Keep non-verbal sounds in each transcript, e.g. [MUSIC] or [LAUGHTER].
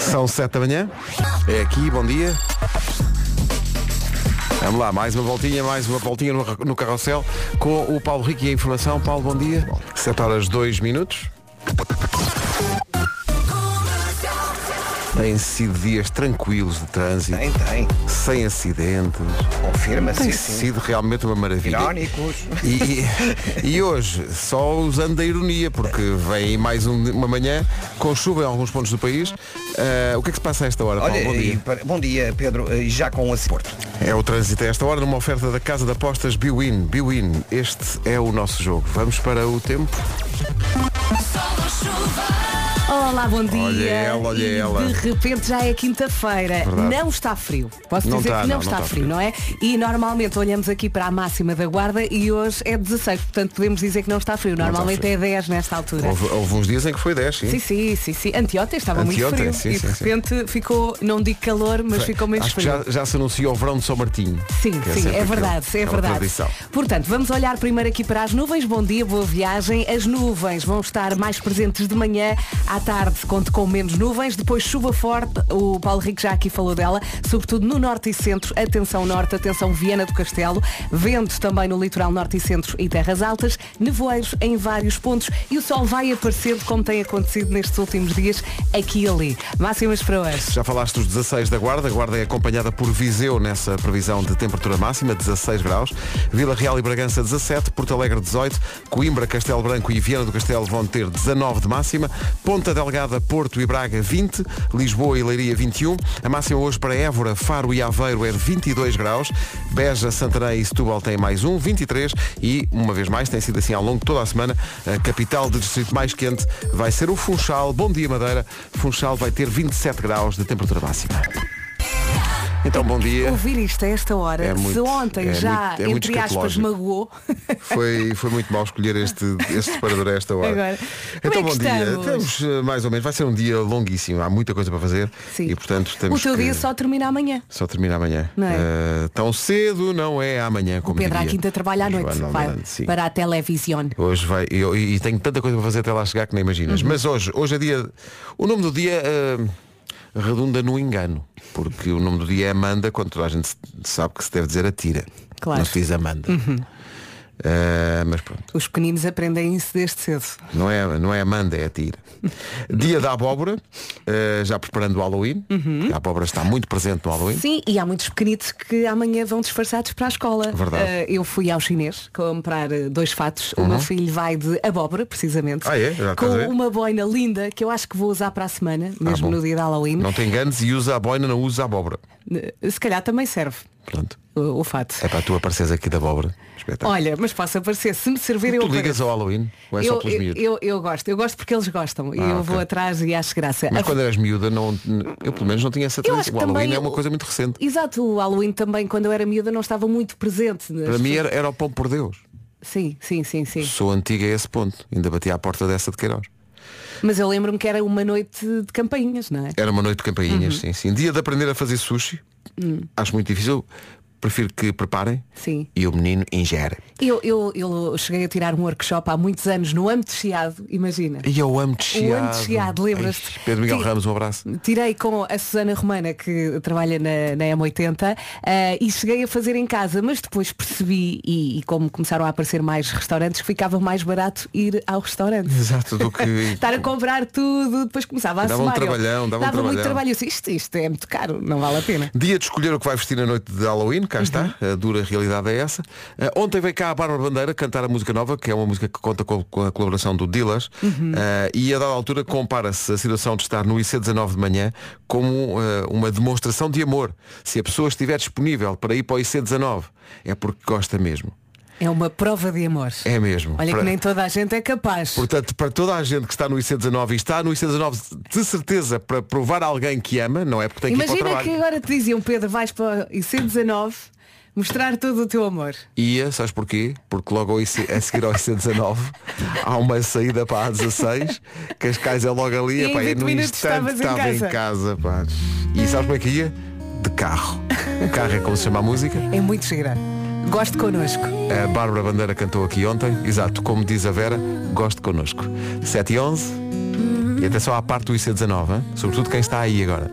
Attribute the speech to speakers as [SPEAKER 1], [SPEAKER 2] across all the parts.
[SPEAKER 1] São 7 da manhã. É aqui, bom dia. Vamos lá, mais uma voltinha, mais uma voltinha no, no carrossel com o Paulo Rico e a informação. Paulo, bom dia. 7 horas 2 minutos. Têm sido dias tranquilos de trânsito,
[SPEAKER 2] Tem, tem.
[SPEAKER 1] sem acidentes. Tem
[SPEAKER 2] Confirma-se. sim.
[SPEAKER 1] sido realmente uma maravilha.
[SPEAKER 2] Irónicos.
[SPEAKER 1] E, e- e hoje, só usando a ironia, porque vem mais um- uma manhã com chuva em alguns pontos do país. Ah, o que é que se passa a esta hora, Paulo?
[SPEAKER 2] Olha,
[SPEAKER 1] Bom dia.
[SPEAKER 2] e para- bom dia, Pedro. E Já com o acerto.
[SPEAKER 1] É o trânsito a esta hora numa oferta da Casa de Apostas Biwin. Biwin, este é o nosso jogo. Vamos para o tempo.
[SPEAKER 3] Olá, bom dia.
[SPEAKER 1] Olha ela, olha
[SPEAKER 3] e
[SPEAKER 1] ela.
[SPEAKER 3] De repente já é quinta-feira.
[SPEAKER 1] Verdade.
[SPEAKER 3] Não está frio. Posso
[SPEAKER 1] Não
[SPEAKER 3] dizer
[SPEAKER 1] está,
[SPEAKER 3] que não,
[SPEAKER 1] não,
[SPEAKER 3] está,
[SPEAKER 1] não está
[SPEAKER 3] frio, não é? E normalmente olhamos aqui para a máxima da guarda e hoje é 16, portanto podemos dizer que não está frio. Normalmente
[SPEAKER 1] frio.
[SPEAKER 3] é 10 nesta altura.
[SPEAKER 1] Houve, houve uns dias em que foi 10, sim.
[SPEAKER 3] Sim, sim, sim, sim. Anteontem estava muito
[SPEAKER 1] Anteontem,
[SPEAKER 3] frio
[SPEAKER 1] sim,
[SPEAKER 3] e
[SPEAKER 1] sim,
[SPEAKER 3] de
[SPEAKER 1] sim.
[SPEAKER 3] repente ficou, não digo calor, mas ficou menos
[SPEAKER 1] Acho que
[SPEAKER 3] frio.
[SPEAKER 1] já, já se anunciou o verão de São Martinho.
[SPEAKER 3] Sim,
[SPEAKER 1] que
[SPEAKER 3] sim,
[SPEAKER 1] sempre
[SPEAKER 3] é verdade,
[SPEAKER 1] aquele-
[SPEAKER 3] é
[SPEAKER 1] aquela
[SPEAKER 3] verdade.
[SPEAKER 1] tradição.
[SPEAKER 3] Portanto, vamos olhar primeiro aqui para as nuvens. Bom dia, boa viagem. As nuvens vão estar mais presentes de manhã à tarde, conto com menos nuvens. Depois chuva forte, o Paulo Rico já aqui falou dela, sobretudo no norte e centro. Atenção norte, atenção Viana do Castelo. Vento também no litoral norte e centro e terras altas. Nevoeiros em vários pontos e o sol vai aparecendo como tem acontecido nestes últimos dias aqui e ali. Máximas para hoje.
[SPEAKER 1] Já falaste dos 16 da Guarda. A Guarda é acompanhada por Viseu nessa previsão de temperatura máxima, 16 graus. Vila Real e Bragança, 17. Porto Alegre, 18. Coimbra, Castelo Branco e Viana do Castelo vão ter 19 de máxima. Ponta Delgada, Porto e Braga, 20. Lisboa e um. Leiria, 21. A máxima hoje para Évora, Faro e Aveiro é de 22 graus. Beja, Santarém e Setúbal têm mais um, 23. E, uma vez mais, tem sido assim ao longo de toda a semana, a capital do distrito mais quente vai ser o Funchal. Bom dia, Madeira. Funchal vai ter 27 graus de temperatura máxima. Então, bom dia.
[SPEAKER 3] Ouvir isto a esta hora,
[SPEAKER 1] É
[SPEAKER 3] se
[SPEAKER 1] muito-
[SPEAKER 3] ontem
[SPEAKER 1] é
[SPEAKER 3] já,
[SPEAKER 1] muito- é muito
[SPEAKER 3] entre aspas,
[SPEAKER 1] escatológico.
[SPEAKER 3] magoou,
[SPEAKER 1] Foi,
[SPEAKER 3] [LAUGHS]
[SPEAKER 1] foi muito mal escolher este, este separador a esta hora.
[SPEAKER 3] Agora, como
[SPEAKER 1] então,
[SPEAKER 3] é que
[SPEAKER 1] bom dia.
[SPEAKER 3] estamos?
[SPEAKER 1] Temos eh, mais ou menos, vai ser um dia longuíssimo, há muita coisa para fazer
[SPEAKER 3] Sim.
[SPEAKER 1] e portanto
[SPEAKER 3] o
[SPEAKER 1] temos
[SPEAKER 3] teu
[SPEAKER 1] que...
[SPEAKER 3] dia só termina amanhã.
[SPEAKER 1] Só termina amanhã.
[SPEAKER 3] Não é?
[SPEAKER 1] Eh, tão cedo não é amanhã, como
[SPEAKER 3] Pedro à
[SPEAKER 1] diria
[SPEAKER 3] quinta trabalha à noite,
[SPEAKER 1] Joana
[SPEAKER 3] vai
[SPEAKER 1] Almirante, sim.
[SPEAKER 3] para a televisão.
[SPEAKER 1] Hoje vai, eu, e e tenho tanta coisa para fazer até lá chegar que nem imaginas.
[SPEAKER 3] Uhum.
[SPEAKER 1] Mas hoje, hoje é dia. O nome do dia eh, redunda no engano. Porque o nome do dia é Amanda, quando toda a gente se- sabe que se deve dizer atira.
[SPEAKER 3] Claro. Uhum.
[SPEAKER 1] Não se diz Amanda. Eh, mas pronto,
[SPEAKER 3] Os pequeninos aprendem isso desde cedo.
[SPEAKER 1] não é, não é Amanda, é atira. Dia da abóbora, eh, já preparando o Halloween.
[SPEAKER 3] Uhum.
[SPEAKER 1] porque A abóbora está muito presente no Halloween.
[SPEAKER 3] Sim, e há muitos pequenitos que amanhã vão disfarçados para a escola.
[SPEAKER 1] Verdade. Uhum.
[SPEAKER 3] Ah, eu fui ao chinês comprar ah, dois fatos. O meu filho vai de abóbora, precisamente.
[SPEAKER 1] Ah, é? Já estás
[SPEAKER 3] com
[SPEAKER 1] a ver? Ah,
[SPEAKER 3] uma boina linda que eu acho que vou usar para a semana, mesmo
[SPEAKER 1] bom.
[SPEAKER 3] no dia de Halloween. Eh,
[SPEAKER 1] Não tem enganos e usa a boina, não usa a abóbora.
[SPEAKER 3] Se calhar também serve
[SPEAKER 1] Pronto.
[SPEAKER 3] o, o fato.
[SPEAKER 1] É para tu apareceres aqui da abóbora. Espetáculo.
[SPEAKER 3] Olha, mas posso aparecer, se me servir eu
[SPEAKER 1] tu
[SPEAKER 3] apareço.
[SPEAKER 1] ligas ao Halloween? Ou é
[SPEAKER 3] eu,
[SPEAKER 1] só pelos
[SPEAKER 3] eu-
[SPEAKER 1] miúdos?
[SPEAKER 3] eu- eu gosto, eu gosto porque eles gostam e
[SPEAKER 1] Ah,
[SPEAKER 3] eu
[SPEAKER 1] ok.
[SPEAKER 3] vou atrás e acho graça.
[SPEAKER 1] Mas
[SPEAKER 3] A-
[SPEAKER 1] quando eras miúda, não, eu pelo menos não tinha essa
[SPEAKER 3] Eu
[SPEAKER 1] tradição.
[SPEAKER 3] acho
[SPEAKER 1] O
[SPEAKER 3] que
[SPEAKER 1] Halloween
[SPEAKER 3] também
[SPEAKER 1] é uma
[SPEAKER 3] o-
[SPEAKER 1] coisa muito recente.
[SPEAKER 3] Exato, o Halloween também, quando eu era miúda, não estava muito presente. nas-
[SPEAKER 1] Para mim era, era o pão por Deus.
[SPEAKER 3] Sim, sim, sim, sim.
[SPEAKER 1] Sou antiga a esse ponto. Ainda bati à porta dessa de Queiroz.
[SPEAKER 3] Mas eu lembro-me que era uma noite de campainhas, não é?
[SPEAKER 1] Era uma noite de campainhas,
[SPEAKER 3] Uhum.
[SPEAKER 1] sim, sim. Dia de aprender a fazer sushi.
[SPEAKER 3] Hum.
[SPEAKER 1] Acho muito difícil. Prefiro que preparem.
[SPEAKER 3] Sim.
[SPEAKER 1] E o menino ingere.
[SPEAKER 3] Eu, eu, eu cheguei a tirar um workshop há muitos anos no âmbito Chiado, imagina.
[SPEAKER 1] E eu amo de
[SPEAKER 3] O
[SPEAKER 1] chiado.
[SPEAKER 3] amo de chiado, lembras-te?
[SPEAKER 1] Ai, Pedro Miguel
[SPEAKER 3] Ti-
[SPEAKER 1] Ramos, um abraço.
[SPEAKER 3] Tirei com a Susana Romana, que trabalha na, na M80, eh, e cheguei a fazer em casa, mas depois percebi, e, e como começaram a aparecer mais restaurantes, ficava mais barato ir ao restaurante.
[SPEAKER 1] Exato, do que.
[SPEAKER 3] [LAUGHS] Estar a comprar tudo, depois começava a
[SPEAKER 1] Dava um
[SPEAKER 3] somar. Eu-
[SPEAKER 1] trabalhão, dava um
[SPEAKER 3] muito
[SPEAKER 1] trabalhão.
[SPEAKER 3] trabalho. Eu disse, isto, isto é muito caro, não vale a pena.
[SPEAKER 1] Dia de escolher o que vai vestir na noite de Halloween, cá está,
[SPEAKER 3] Uhum.
[SPEAKER 1] a dura realidade é essa. Ah, ontem veio cá a Bárbara Bandeira cantar a música nova, que é uma música que conta com, com a colaboração do Dillas,
[SPEAKER 3] Uhum.
[SPEAKER 1] Ah, e a dada altura compara-se a situação de estar no IC19 de manhã como ah, uma demonstração de amor. Se a pessoa estiver disponível para ir para o IC19, é porque gosta mesmo.
[SPEAKER 3] É uma prova de amor.
[SPEAKER 1] É mesmo.
[SPEAKER 3] Olha
[SPEAKER 1] Para-
[SPEAKER 3] que nem toda a gente é capaz.
[SPEAKER 1] Portanto, para toda a gente que está no IC19 e está no IC19 de certeza para provar a alguém que ama, não é porque tem que ir para o
[SPEAKER 3] Imagina que
[SPEAKER 1] trabalho.
[SPEAKER 3] agora te diziam, Pedro, vais para o IC19 mostrar todo o teu amor.
[SPEAKER 1] Ia, é, sabes porquê? Porque logo ao IC, a seguir ao
[SPEAKER 3] [LAUGHS]
[SPEAKER 1] IC19 há uma saída para a A16, Cascais é logo ali,
[SPEAKER 3] E
[SPEAKER 1] epá,
[SPEAKER 3] em 20
[SPEAKER 1] no
[SPEAKER 3] minutos
[SPEAKER 1] instante
[SPEAKER 3] estavas em
[SPEAKER 1] estava em
[SPEAKER 3] casa.
[SPEAKER 1] casa. pá. E sabes como é que ia? De carro. O carro é como se chama a música.
[SPEAKER 3] É muito gira. Gosto connosco.
[SPEAKER 1] A Bárbara Bandeira cantou aqui ontem. Exato, como diz a Vera, gosto connosco. 7 e 11. E atenção à parte do IC19, hein? sobretudo quem está aí agora.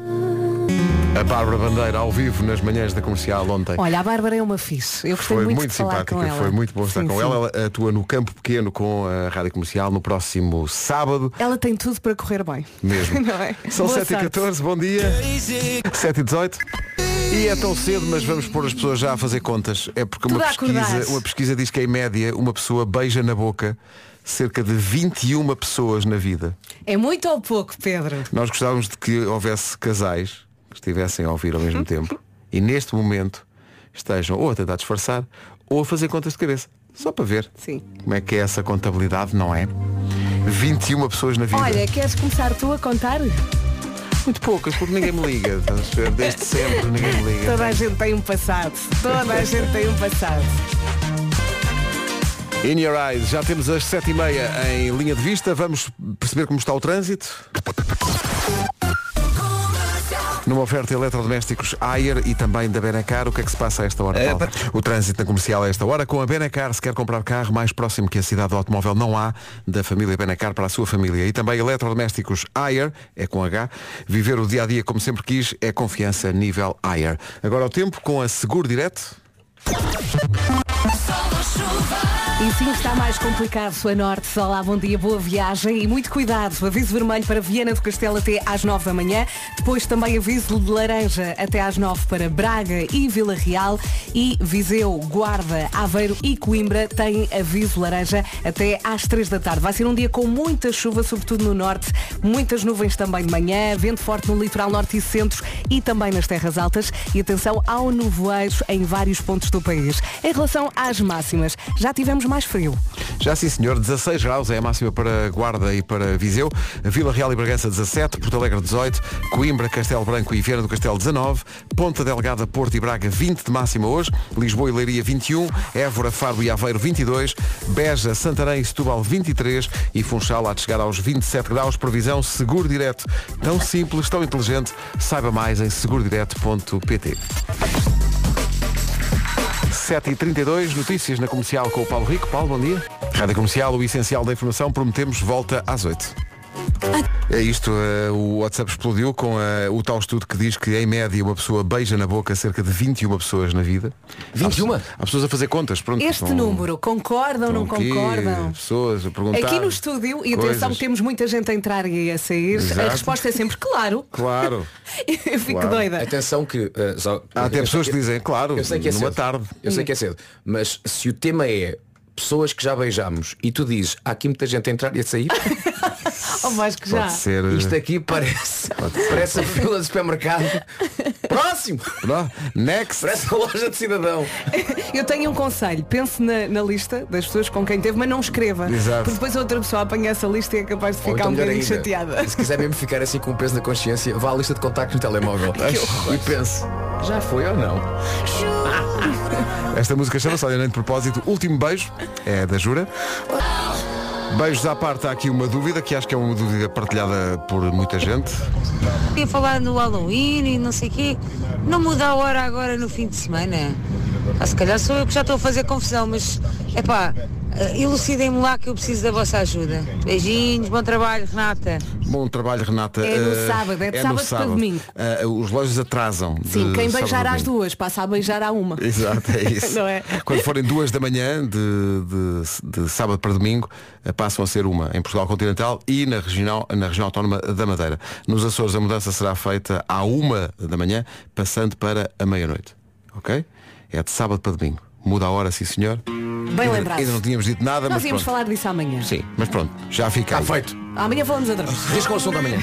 [SPEAKER 1] A Bárbara Bandeira ao vivo nas manhãs da comercial ontem.
[SPEAKER 3] Olha, a Bárbara é uma fixe. Eu gostei
[SPEAKER 1] Foi muito,
[SPEAKER 3] muito, de falar
[SPEAKER 1] simpática,
[SPEAKER 3] com ela.
[SPEAKER 1] foi muito bom estar
[SPEAKER 3] Sim,
[SPEAKER 1] com
[SPEAKER 3] sim.
[SPEAKER 1] ela. Ela atua no Campo Pequeno com a Rádio Comercial no próximo sábado
[SPEAKER 3] Ela tem tudo para correr bem.
[SPEAKER 1] mesmo.
[SPEAKER 3] [LAUGHS] Não é?
[SPEAKER 1] São
[SPEAKER 3] Boa
[SPEAKER 1] 7h14, bom dia. 7 e 18 e é tão cedo, mas vamos pôr as pessoas já a fazer contas. É porque uma
[SPEAKER 3] Tudo a
[SPEAKER 1] pesquisa,
[SPEAKER 3] acordar.
[SPEAKER 1] uma pesquisa diz que em média uma pessoa beija na boca cerca de 21 pessoas na vida.
[SPEAKER 3] É muito ou pouco, Pedro?
[SPEAKER 1] Nós gostávamos de que houvesse casais que estivessem a ouvir ao
[SPEAKER 3] [LAUGHS]
[SPEAKER 1] mesmo tempo e neste momento estejam ou a tentar disfarçar ou a fazer contas de cabeça. Só para ver
[SPEAKER 3] Sim.
[SPEAKER 1] como é que é essa contabilidade, não é? 21 pessoas na vida.
[SPEAKER 3] Olha, queres começar tu a contar?
[SPEAKER 1] é Muito poucas, porque ninguém me liga. estás a perceber? Desde sempre ninguém me liga.
[SPEAKER 3] Toda a gente tem um passado. Toda a gente tem um passado.
[SPEAKER 1] In Your Eyes, já temos as 7h30 em linha de vista, vamos perceber como está o trânsito. Numa oferta eletrodomésticos Ayer e também da Benacar, o que é que se passa a esta hora? Paulo?
[SPEAKER 2] Epa.
[SPEAKER 1] O trânsito na comercial a esta hora. Com a Benacar, se quer comprar carro mais próximo que a cidade do automóvel, não há da família Benacar para a sua família. E também eletrodomésticos Ayer, é com H. Viver o dia a dia como sempre quis é confiança nível Ayer. Agora o tempo com a Seguro Direto.
[SPEAKER 3] E sim, está mais complicado a norte. Olá, bom dia, boa viagem e muito cuidado. Aviso vermelho para Viana do Castelo até às 9 da manhã. Depois também aviso de laranja até às 9 para Braga e Vila Real. E Viseu, Guarda, Aveiro e Coimbra têm aviso laranja até às 3 da tarde. Vai ser um dia com muita chuva, sobretudo no norte. Muitas nuvens também de manhã. Vento forte no litoral norte e centro e também nas terras altas. E atenção ao nevoeiro em vários pontos do país. Em relação às máximas, já tivemos mais frio.
[SPEAKER 1] Já sim senhor, 16 graus é a máxima para Guarda e para Viseu, Vila Real e Bragança 17, Porto Alegre 18, Coimbra, Castelo Branco e Viana do Castelo 19, Ponta Delgada, Porto e Braga 20 de máxima hoje, Lisboa e Leiria 21, Évora, Faro e Aveiro 22, Beja, Santarém e Setúbal 23 e Funchal há de chegar aos 27 graus, previsão seguro direto, tão simples, tão inteligente, saiba mais em segurodireto.pt. 7h32, notícias na comercial com o Paulo Rico. Paulo, bom dia. Rádio Comercial, o essencial da informação, prometemos volta às 8. É isto, eh, o WhatsApp explodiu com eh, o tal estudo que diz que em média uma pessoa beija na boca cerca de 21 pessoas na vida.
[SPEAKER 4] 21?
[SPEAKER 1] Há, pe- há pessoas a fazer contas, pronto.
[SPEAKER 3] Este
[SPEAKER 1] estão-
[SPEAKER 3] número, concordam ou não
[SPEAKER 1] estão aqui,
[SPEAKER 3] concordam?
[SPEAKER 1] Pessoas a perguntar.
[SPEAKER 3] Aqui no estúdio, e atenção
[SPEAKER 1] coisas.
[SPEAKER 3] que temos muita gente a entrar e a sair,
[SPEAKER 1] Exato.
[SPEAKER 3] a resposta é sempre claro. [LAUGHS]
[SPEAKER 1] Claro.
[SPEAKER 3] Eu fico
[SPEAKER 1] Claro.
[SPEAKER 3] doida.
[SPEAKER 4] Atenção que. ah, só-
[SPEAKER 1] Há até
[SPEAKER 4] eu-
[SPEAKER 1] pessoas
[SPEAKER 4] eu-
[SPEAKER 1] que dizem, claro,
[SPEAKER 4] Eu sei que é
[SPEAKER 1] numa
[SPEAKER 4] cedo.
[SPEAKER 1] tarde.
[SPEAKER 4] Eu sei que é cedo. Mas se o tema é pessoas que já beijamos e tu dizes há aqui muita gente a entrar e a [LAUGHS] sair,
[SPEAKER 3] Ou mais que já.
[SPEAKER 1] Pode ser. eh,
[SPEAKER 4] isto aqui parece, parece a fila de supermercado. Próximo!
[SPEAKER 1] não? Next.
[SPEAKER 4] Parece a loja de cidadão.
[SPEAKER 3] Eu tenho um conselho, pense na, na lista das pessoas com quem teve, mas não escreva.
[SPEAKER 1] Exato.
[SPEAKER 3] Porque depois outra pessoa apanha essa lista e é capaz de
[SPEAKER 4] Ou
[SPEAKER 3] ficar um
[SPEAKER 4] então melhor
[SPEAKER 3] bocadinho
[SPEAKER 4] ainda,
[SPEAKER 3] chateada.
[SPEAKER 4] Se quiser mesmo ficar assim com um peso na consciência, vá à lista de contactos no telemóvel. e pense, já foi ou não?
[SPEAKER 1] Esta música chama-se, olha, nem de propósito, Último Beijo, é da Jura. Beijos à parte, há aqui uma dúvida, que acho que é uma dúvida partilhada por muita gente.
[SPEAKER 5] Ia falar no Halloween e não sei o quê. Não muda a hora agora no fim de semana. Ah, se calhar sou eu que já estou a fazer confusão, mas é pá, elucidem-me lá que eu preciso da vossa ajuda. Beijinhos, bom trabalho, Renata.
[SPEAKER 1] Bom trabalho, Renata.
[SPEAKER 3] É no
[SPEAKER 1] Eh,
[SPEAKER 3] sábado, é de
[SPEAKER 1] no
[SPEAKER 3] sábado para domingo.
[SPEAKER 1] Eh, os lojas atrasam. de
[SPEAKER 3] [LAUGHS] Sim, quem
[SPEAKER 1] sábado
[SPEAKER 3] beijar
[SPEAKER 1] a
[SPEAKER 3] às
[SPEAKER 1] domingo.
[SPEAKER 3] duas passa a beijar à uma.
[SPEAKER 1] Exato,
[SPEAKER 3] [LAUGHS]
[SPEAKER 1] é isso.
[SPEAKER 3] Não é?
[SPEAKER 1] Quando forem duas da manhã, de, de- de sábado para domingo, eh, passam a ser uma em Portugal Continental e na regional, na região autónoma da Madeira. Nos Açores a mudança será feita à uma da manhã, passando para a meia-noite. Ok? É de sábado para domingo. Muda a hora, sim senhor.
[SPEAKER 3] Bem
[SPEAKER 1] Ainda-
[SPEAKER 3] lembrado.
[SPEAKER 1] Ainda não tínhamos dito nada,
[SPEAKER 3] Nós
[SPEAKER 1] mas
[SPEAKER 3] íamos
[SPEAKER 1] pronto.
[SPEAKER 3] falar disso amanhã.
[SPEAKER 1] Sim, mas pronto, já fica. aí.
[SPEAKER 4] Está feito.
[SPEAKER 3] Amanhã falamos outra vez.
[SPEAKER 4] Diz com o som da manhã.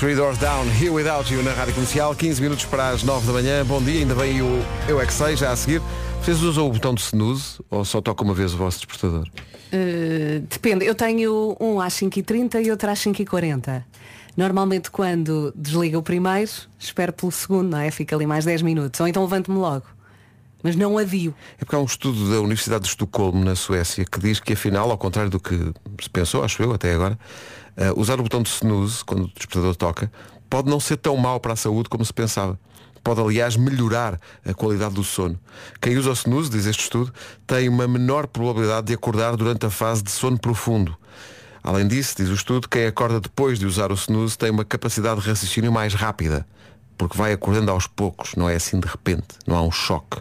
[SPEAKER 1] Three Doors Down, Here Without You na Rádio Comercial, 15 minutos para as 9 da manhã. Bom dia, ainda bem o Eu é que sei, já a seguir. Vocês usam o botão de snooze ou só toca uma vez o vosso despertador?
[SPEAKER 3] Eh, depende, eu tenho um às 5h30 e outro às 5h40. Normalmente quando desliga o primeiro, espero pelo segundo, não é? Fica ali mais 10 minutos. Ou então levanto-me logo. Mas não adio.
[SPEAKER 1] É porque há um estudo da Universidade de Estocolmo, na Suécia, que diz que afinal, ao contrário do que se pensou, acho eu até agora, eh, usar o botão de snooze, quando o despertador toca, pode não ser tão mau para a saúde como se pensava. Pode, aliás, melhorar a qualidade do sono. Quem usa o snooze, diz este estudo, tem uma menor probabilidade de acordar durante a fase de sono profundo. Além disso, diz o estudo, quem acorda depois de usar o snooze tem uma capacidade de raciocínio mais rápida, porque vai acordando aos poucos, não é assim de repente, não há um choque.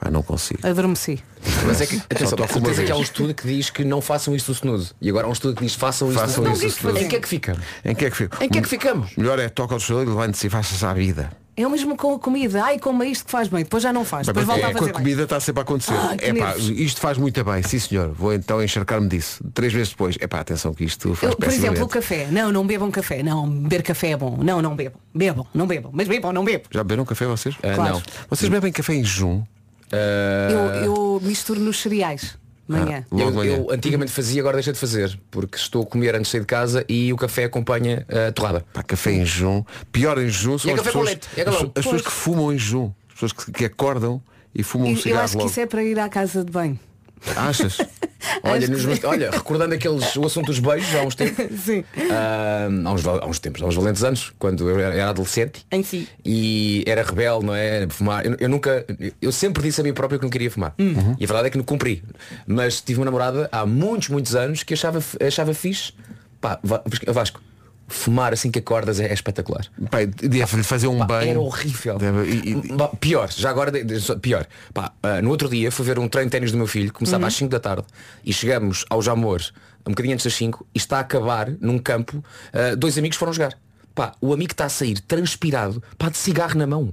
[SPEAKER 1] Ah, não consigo.
[SPEAKER 3] Adormeci.
[SPEAKER 4] Mas é que, atenção,
[SPEAKER 1] toco
[SPEAKER 4] de
[SPEAKER 1] uma
[SPEAKER 4] certeza
[SPEAKER 1] vez.
[SPEAKER 4] que há um estudo que diz que não façam isto do snooze. E agora há um estudo que diz façam isto
[SPEAKER 1] Façam
[SPEAKER 4] do
[SPEAKER 1] isso do snooze.
[SPEAKER 4] Em que é que fica?
[SPEAKER 1] Em que é que fico?
[SPEAKER 4] Em que é que ficamos?
[SPEAKER 1] Melhor é toca o celular e levante-se e faça-se à vida.
[SPEAKER 3] É o mesmo com a comida. Ai, coma isto que faz bem. Depois já não faz. Depois volta
[SPEAKER 1] é,
[SPEAKER 3] a
[SPEAKER 1] com
[SPEAKER 3] fazer
[SPEAKER 1] a
[SPEAKER 3] bem.
[SPEAKER 1] comida está sempre a acontecer.
[SPEAKER 3] Ah, que
[SPEAKER 1] é pá,
[SPEAKER 3] nervos.
[SPEAKER 1] isto faz muito bem, sim senhor. Vou então encharcar-me disso. Três vezes depois. É pá, atenção que isto faz
[SPEAKER 3] Eu, por exemplo, o
[SPEAKER 1] pessimamente.
[SPEAKER 3] café. Não, não bebam café. Não, beber café é bom. Não, não bebam. Bebam, não bebam. Mas bebam, não bebam.
[SPEAKER 1] Já beberam um café vocês?
[SPEAKER 4] Ah,
[SPEAKER 3] Claro.
[SPEAKER 4] Não.
[SPEAKER 1] Vocês bebem café em junho?
[SPEAKER 4] Ah,
[SPEAKER 1] Ah.
[SPEAKER 3] Eu, eu misturo nos cereais. Manhã.
[SPEAKER 1] Logo de
[SPEAKER 4] Eu,
[SPEAKER 1] manhã.
[SPEAKER 4] eu antigamente fazia, agora deixei de fazer, porque estou a comer antes de sair de casa e o café acompanha a torrada.
[SPEAKER 1] Pá, café em junho. Pior em junho são
[SPEAKER 4] E é
[SPEAKER 1] as
[SPEAKER 4] café com
[SPEAKER 1] pessoas,
[SPEAKER 4] leite, é
[SPEAKER 1] as,
[SPEAKER 4] galão.
[SPEAKER 1] as pessoas
[SPEAKER 4] Pois.
[SPEAKER 1] que fumam em junho. As pessoas que, que acordam e fumam um
[SPEAKER 3] E- eu
[SPEAKER 1] cigarro
[SPEAKER 3] acho que
[SPEAKER 1] logo.
[SPEAKER 3] isso é para ir à casa de banho.
[SPEAKER 1] Achas?
[SPEAKER 4] Olha,
[SPEAKER 3] Acho
[SPEAKER 4] nos
[SPEAKER 3] que-
[SPEAKER 4] meus- olha, recordando aqueles, o assunto dos beijos há uns tempos.
[SPEAKER 1] assim,
[SPEAKER 3] [LAUGHS] Sim.
[SPEAKER 4] ah, há, uns, val- há uns tempos, há uns valentes anos, quando eu era era adolescente
[SPEAKER 3] Em si.
[SPEAKER 4] e era rebelde, não é? Fumar. Eu, eu nunca, eu sempre disse a mim próprio que não queria fumar.
[SPEAKER 3] Hum.
[SPEAKER 4] E a verdade é que não cumpri. Mas tive uma namorada há muitos, muitos anos que achava, achava fixe. Pá, Va- Vasco, fumar assim que acordas é- é espetacular.
[SPEAKER 1] Pá, deve-lhe fazer um
[SPEAKER 4] Pá,
[SPEAKER 1] banho.
[SPEAKER 4] Era horrível. Hum,
[SPEAKER 1] Deve- e- e-
[SPEAKER 4] Pá, Pior, já agora, de- de- só- pior. Pá, ah, no outro dia fui ver um treino de ténis do meu filho, começava
[SPEAKER 1] Uhum.
[SPEAKER 4] às 5 da tarde, e chegamos ao Jamor um bocadinho antes das 5 e está a acabar num campo, ah, dois amigos foram jogar. Pá, o amigo está a sair transpirado, pá, de cigarro na mão.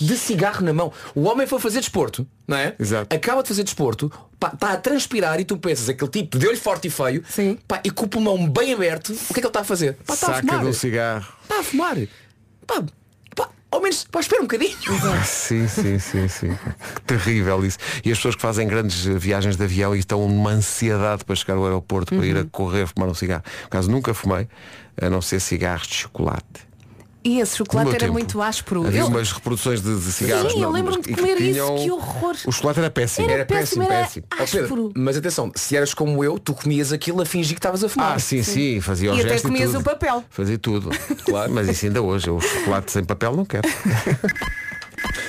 [SPEAKER 4] De cigarro na mão. O homem foi fazer desporto, não é?
[SPEAKER 1] Exato.
[SPEAKER 4] Acaba de fazer desporto, pá, está a transpirar e tu pensas, aquele tipo de olho forte e feio,
[SPEAKER 3] Sim.
[SPEAKER 4] pá, e com o pulmão bem aberto, o que é que ele está a fazer? Pá, está a
[SPEAKER 1] saca
[SPEAKER 4] fumar.
[SPEAKER 1] de um cigarro.
[SPEAKER 4] Está a fumar. Pá, pá, ao menos, pá, espera um bocadinho.
[SPEAKER 1] Sim, sim, sim, sim. Que terrível isso. E as pessoas que fazem grandes eh, viagens de avião e estão numa ansiedade para chegar ao aeroporto, para
[SPEAKER 3] Uhum.
[SPEAKER 1] ir a correr fumar um cigarro. Por acaso nunca fumei, a não ser cigarros de chocolate.
[SPEAKER 3] E esse
[SPEAKER 1] No meu
[SPEAKER 3] chocolate era
[SPEAKER 1] tempo,
[SPEAKER 3] muito áspero.
[SPEAKER 1] Havia
[SPEAKER 3] Eu-
[SPEAKER 1] umas reproduções de, de cigarros.
[SPEAKER 3] Sim, eu
[SPEAKER 1] não,
[SPEAKER 3] lembro-me
[SPEAKER 1] mas-
[SPEAKER 3] de
[SPEAKER 1] e
[SPEAKER 3] comer isso,
[SPEAKER 1] tinham-
[SPEAKER 3] que horror.
[SPEAKER 1] O chocolate era péssimo.
[SPEAKER 3] Era péssimo, era
[SPEAKER 4] Ó, Pedro,
[SPEAKER 3] áspero.
[SPEAKER 4] mas atenção, se eras como eu, tu comias aquilo a fingir que estavas a fumar.
[SPEAKER 1] Ah, sim, sim, fazia o
[SPEAKER 3] E até
[SPEAKER 1] gesto
[SPEAKER 3] comias
[SPEAKER 1] tudo.
[SPEAKER 3] o papel.
[SPEAKER 1] Fazia tudo. Claro. Mas isso ainda hoje. Eu chocolate sem papel não quero. [LAUGHS]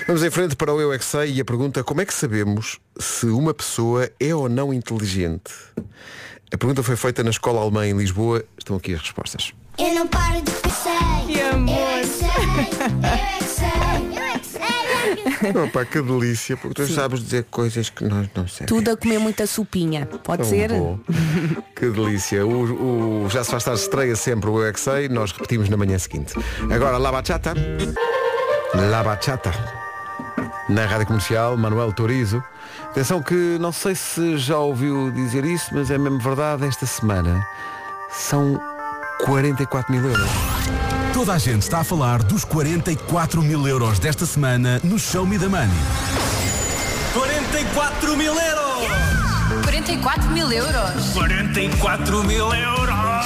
[SPEAKER 1] Vamos em frente para o Eu É Que Sei e a pergunta como é que sabemos se uma pessoa é ou não inteligente? A pergunta foi feita na escola alemã em Lisboa. Estão aqui as [LAUGHS] respostas.
[SPEAKER 6] Eu não paro de pensar.
[SPEAKER 3] Que amor.
[SPEAKER 6] Eu é que sei, eu é que sei, eu é que sei.
[SPEAKER 1] Opa, que delícia, porque tu sabes dizer coisas que nós não sabemos.
[SPEAKER 3] Tudo a comer muita sopinha. Pode
[SPEAKER 1] Tão
[SPEAKER 3] ser?
[SPEAKER 1] É um
[SPEAKER 3] [LAUGHS]
[SPEAKER 1] bom. Que delícia. O, o Já se faz tarde estreia sempre o Eu é Que Sei. Nós repetimos na manhã seguinte. Agora, La Bachata. La Bachata. Na Rádio Comercial, Manuel Torizo. Atenção que não sei se já ouviu dizer isso, mas é mesmo verdade. Esta semana são 44 mil euros.
[SPEAKER 7] Toda a gente está a falar dos 44 mil euros desta semana no Show Me the Money.
[SPEAKER 8] 44 mil euros!
[SPEAKER 9] 44 mil euros.
[SPEAKER 8] 44 mil euros!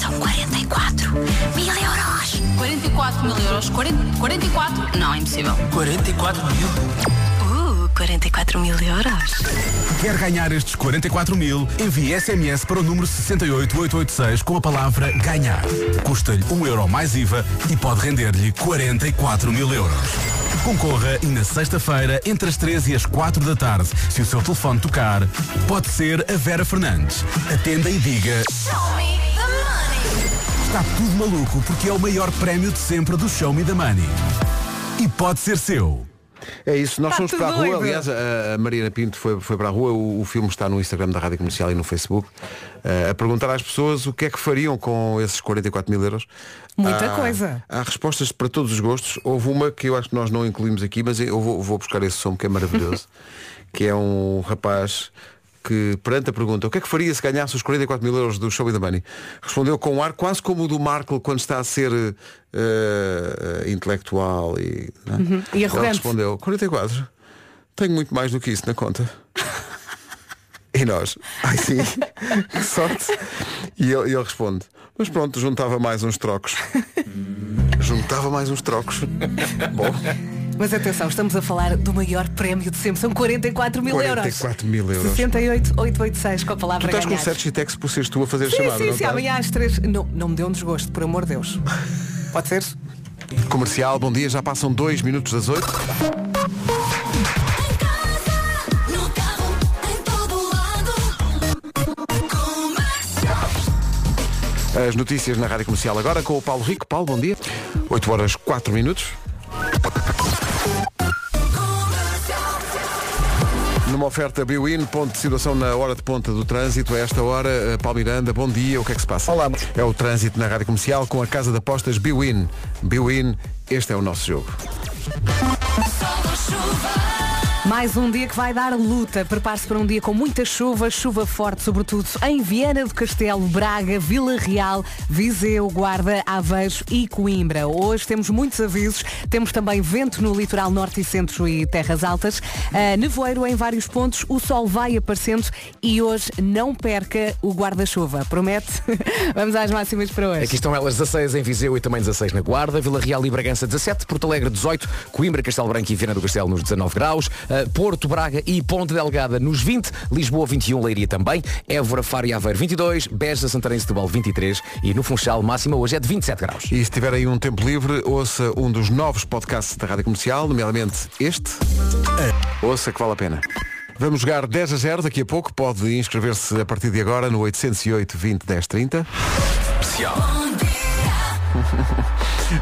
[SPEAKER 9] São 44 mil euros. 44 mil euros. 40, 44? Não, é impossível.
[SPEAKER 8] 44 mil?
[SPEAKER 9] Uh, 44 mil euros.
[SPEAKER 7] Quer ganhar estes 44 mil? Envie SMS para o número 68886 com a palavra ganhar. Custa-lhe 1 euro mais IVA e pode render-lhe 44 mil euros. Concorra e na sexta-feira, entre as 3 e as 4 da tarde, se o seu telefone tocar, pode ser a Vera Fernandes. Atenda e diga Está Tá tudo maluco porque é o maior prémio de sempre do Show Me the Money. E pode ser seu.
[SPEAKER 1] É isso, nós
[SPEAKER 3] Tá
[SPEAKER 1] fomos
[SPEAKER 3] tudo
[SPEAKER 1] para a rua,
[SPEAKER 3] doido.
[SPEAKER 1] aliás, a, a Mariana Pinto foi, foi para a rua, o, o filme está no Instagram da Rádio Comercial e no Facebook, eh, a perguntar às pessoas o que é que fariam com esses 44 mil euros.
[SPEAKER 3] Muita
[SPEAKER 1] Há-
[SPEAKER 3] coisa.
[SPEAKER 1] Há respostas para todos os gostos. Houve uma que eu acho que nós não incluímos aqui, mas eu vou, vou buscar esse som que é
[SPEAKER 3] [LAUGHS]
[SPEAKER 1] maravilhoso, que é um rapaz que perante a pergunta o que é que faria se ganhasse os 44 mil euros do Show Me the Money respondeu com um ar quase como o do Markle quando está a ser eh, eh, intelectual e, não é?
[SPEAKER 3] E arrogante.
[SPEAKER 1] Ele respondeu, 44. Tenho muito mais do que isso na
[SPEAKER 3] [LAUGHS]
[SPEAKER 1] conta. E nós, ai sim, [LAUGHS] que sorte. E ele, ele responde, mas pronto, juntava mais uns
[SPEAKER 3] [LAUGHS]
[SPEAKER 1] trocos. juntava mais uns trocos. Bom,
[SPEAKER 3] Mas atenção, estamos a falar do maior prémio de sempre. São 44 mil euros.
[SPEAKER 1] 44 mil euros.
[SPEAKER 3] 68886 com a
[SPEAKER 1] tu
[SPEAKER 3] palavra
[SPEAKER 1] estás com um
[SPEAKER 3] ganhar.
[SPEAKER 1] certo chitex por seres tu a fazer a
[SPEAKER 3] Sim,
[SPEAKER 1] chamada,
[SPEAKER 3] sim,
[SPEAKER 1] não tá?
[SPEAKER 3] sim,
[SPEAKER 1] estás?
[SPEAKER 3] amanhã às três. Não, não me dê um desgosto, por amor de Deus. Pode ser?
[SPEAKER 1] Comercial, bom dia, já passam dois minutos das oito
[SPEAKER 6] Em casa, no carro, em todo lado. Comercial.
[SPEAKER 1] As notícias na Rádio Comercial agora com o Paulo Rico. Paulo, bom dia. 8 horas 4 minutos. Numa oferta Biwin, ponto de situação na hora de ponta do trânsito. A esta hora, eh, Paulo Miranda, bom dia, o que é que se passa?
[SPEAKER 2] Olá.
[SPEAKER 1] É o trânsito na Rádio Comercial com a Casa de Apostas Biwin. Biwin, este é o nosso jogo.
[SPEAKER 3] Mais um dia que vai dar luta. Prepare-se para um dia com muita chuva, chuva forte, sobretudo em Viana do Castelo, Braga, Vila Real, Viseu, Guarda, Aveiro e Coimbra. Hoje temos muitos avisos. Temos também vento no litoral norte e centro e terras altas. Ah, nevoeiro em vários pontos. O sol vai aparecendo e hoje não perca o guarda-chuva. Promete? [LAUGHS] Vamos às máximas para
[SPEAKER 1] É
[SPEAKER 3] hoje.
[SPEAKER 4] Aqui estão elas 16 em Viseu e também 16 na Guarda, Vila Real e Bragança 17, Porto Alegre 18, Coimbra, Castelo Branco e Viana do Castelo nos 19 graus, eh, Porto, Braga e Ponte Delgada nos 20, Lisboa 21, Leiria também, Évora, Faro e Aveiro 22, Beja, Santarém e Setúbal 23 e no Funchal máxima hoje é de 27 graus. [LAUGHS]
[SPEAKER 1] E se tiver aí um tempo livre, ouça um dos novos podcasts da Rádio Comercial, nomeadamente este. Ouça que vale a pena. Vamos jogar 10 a 0 daqui a pouco. Pode inscrever-se a partir de agora no 808 20 10 30. [LAUGHS]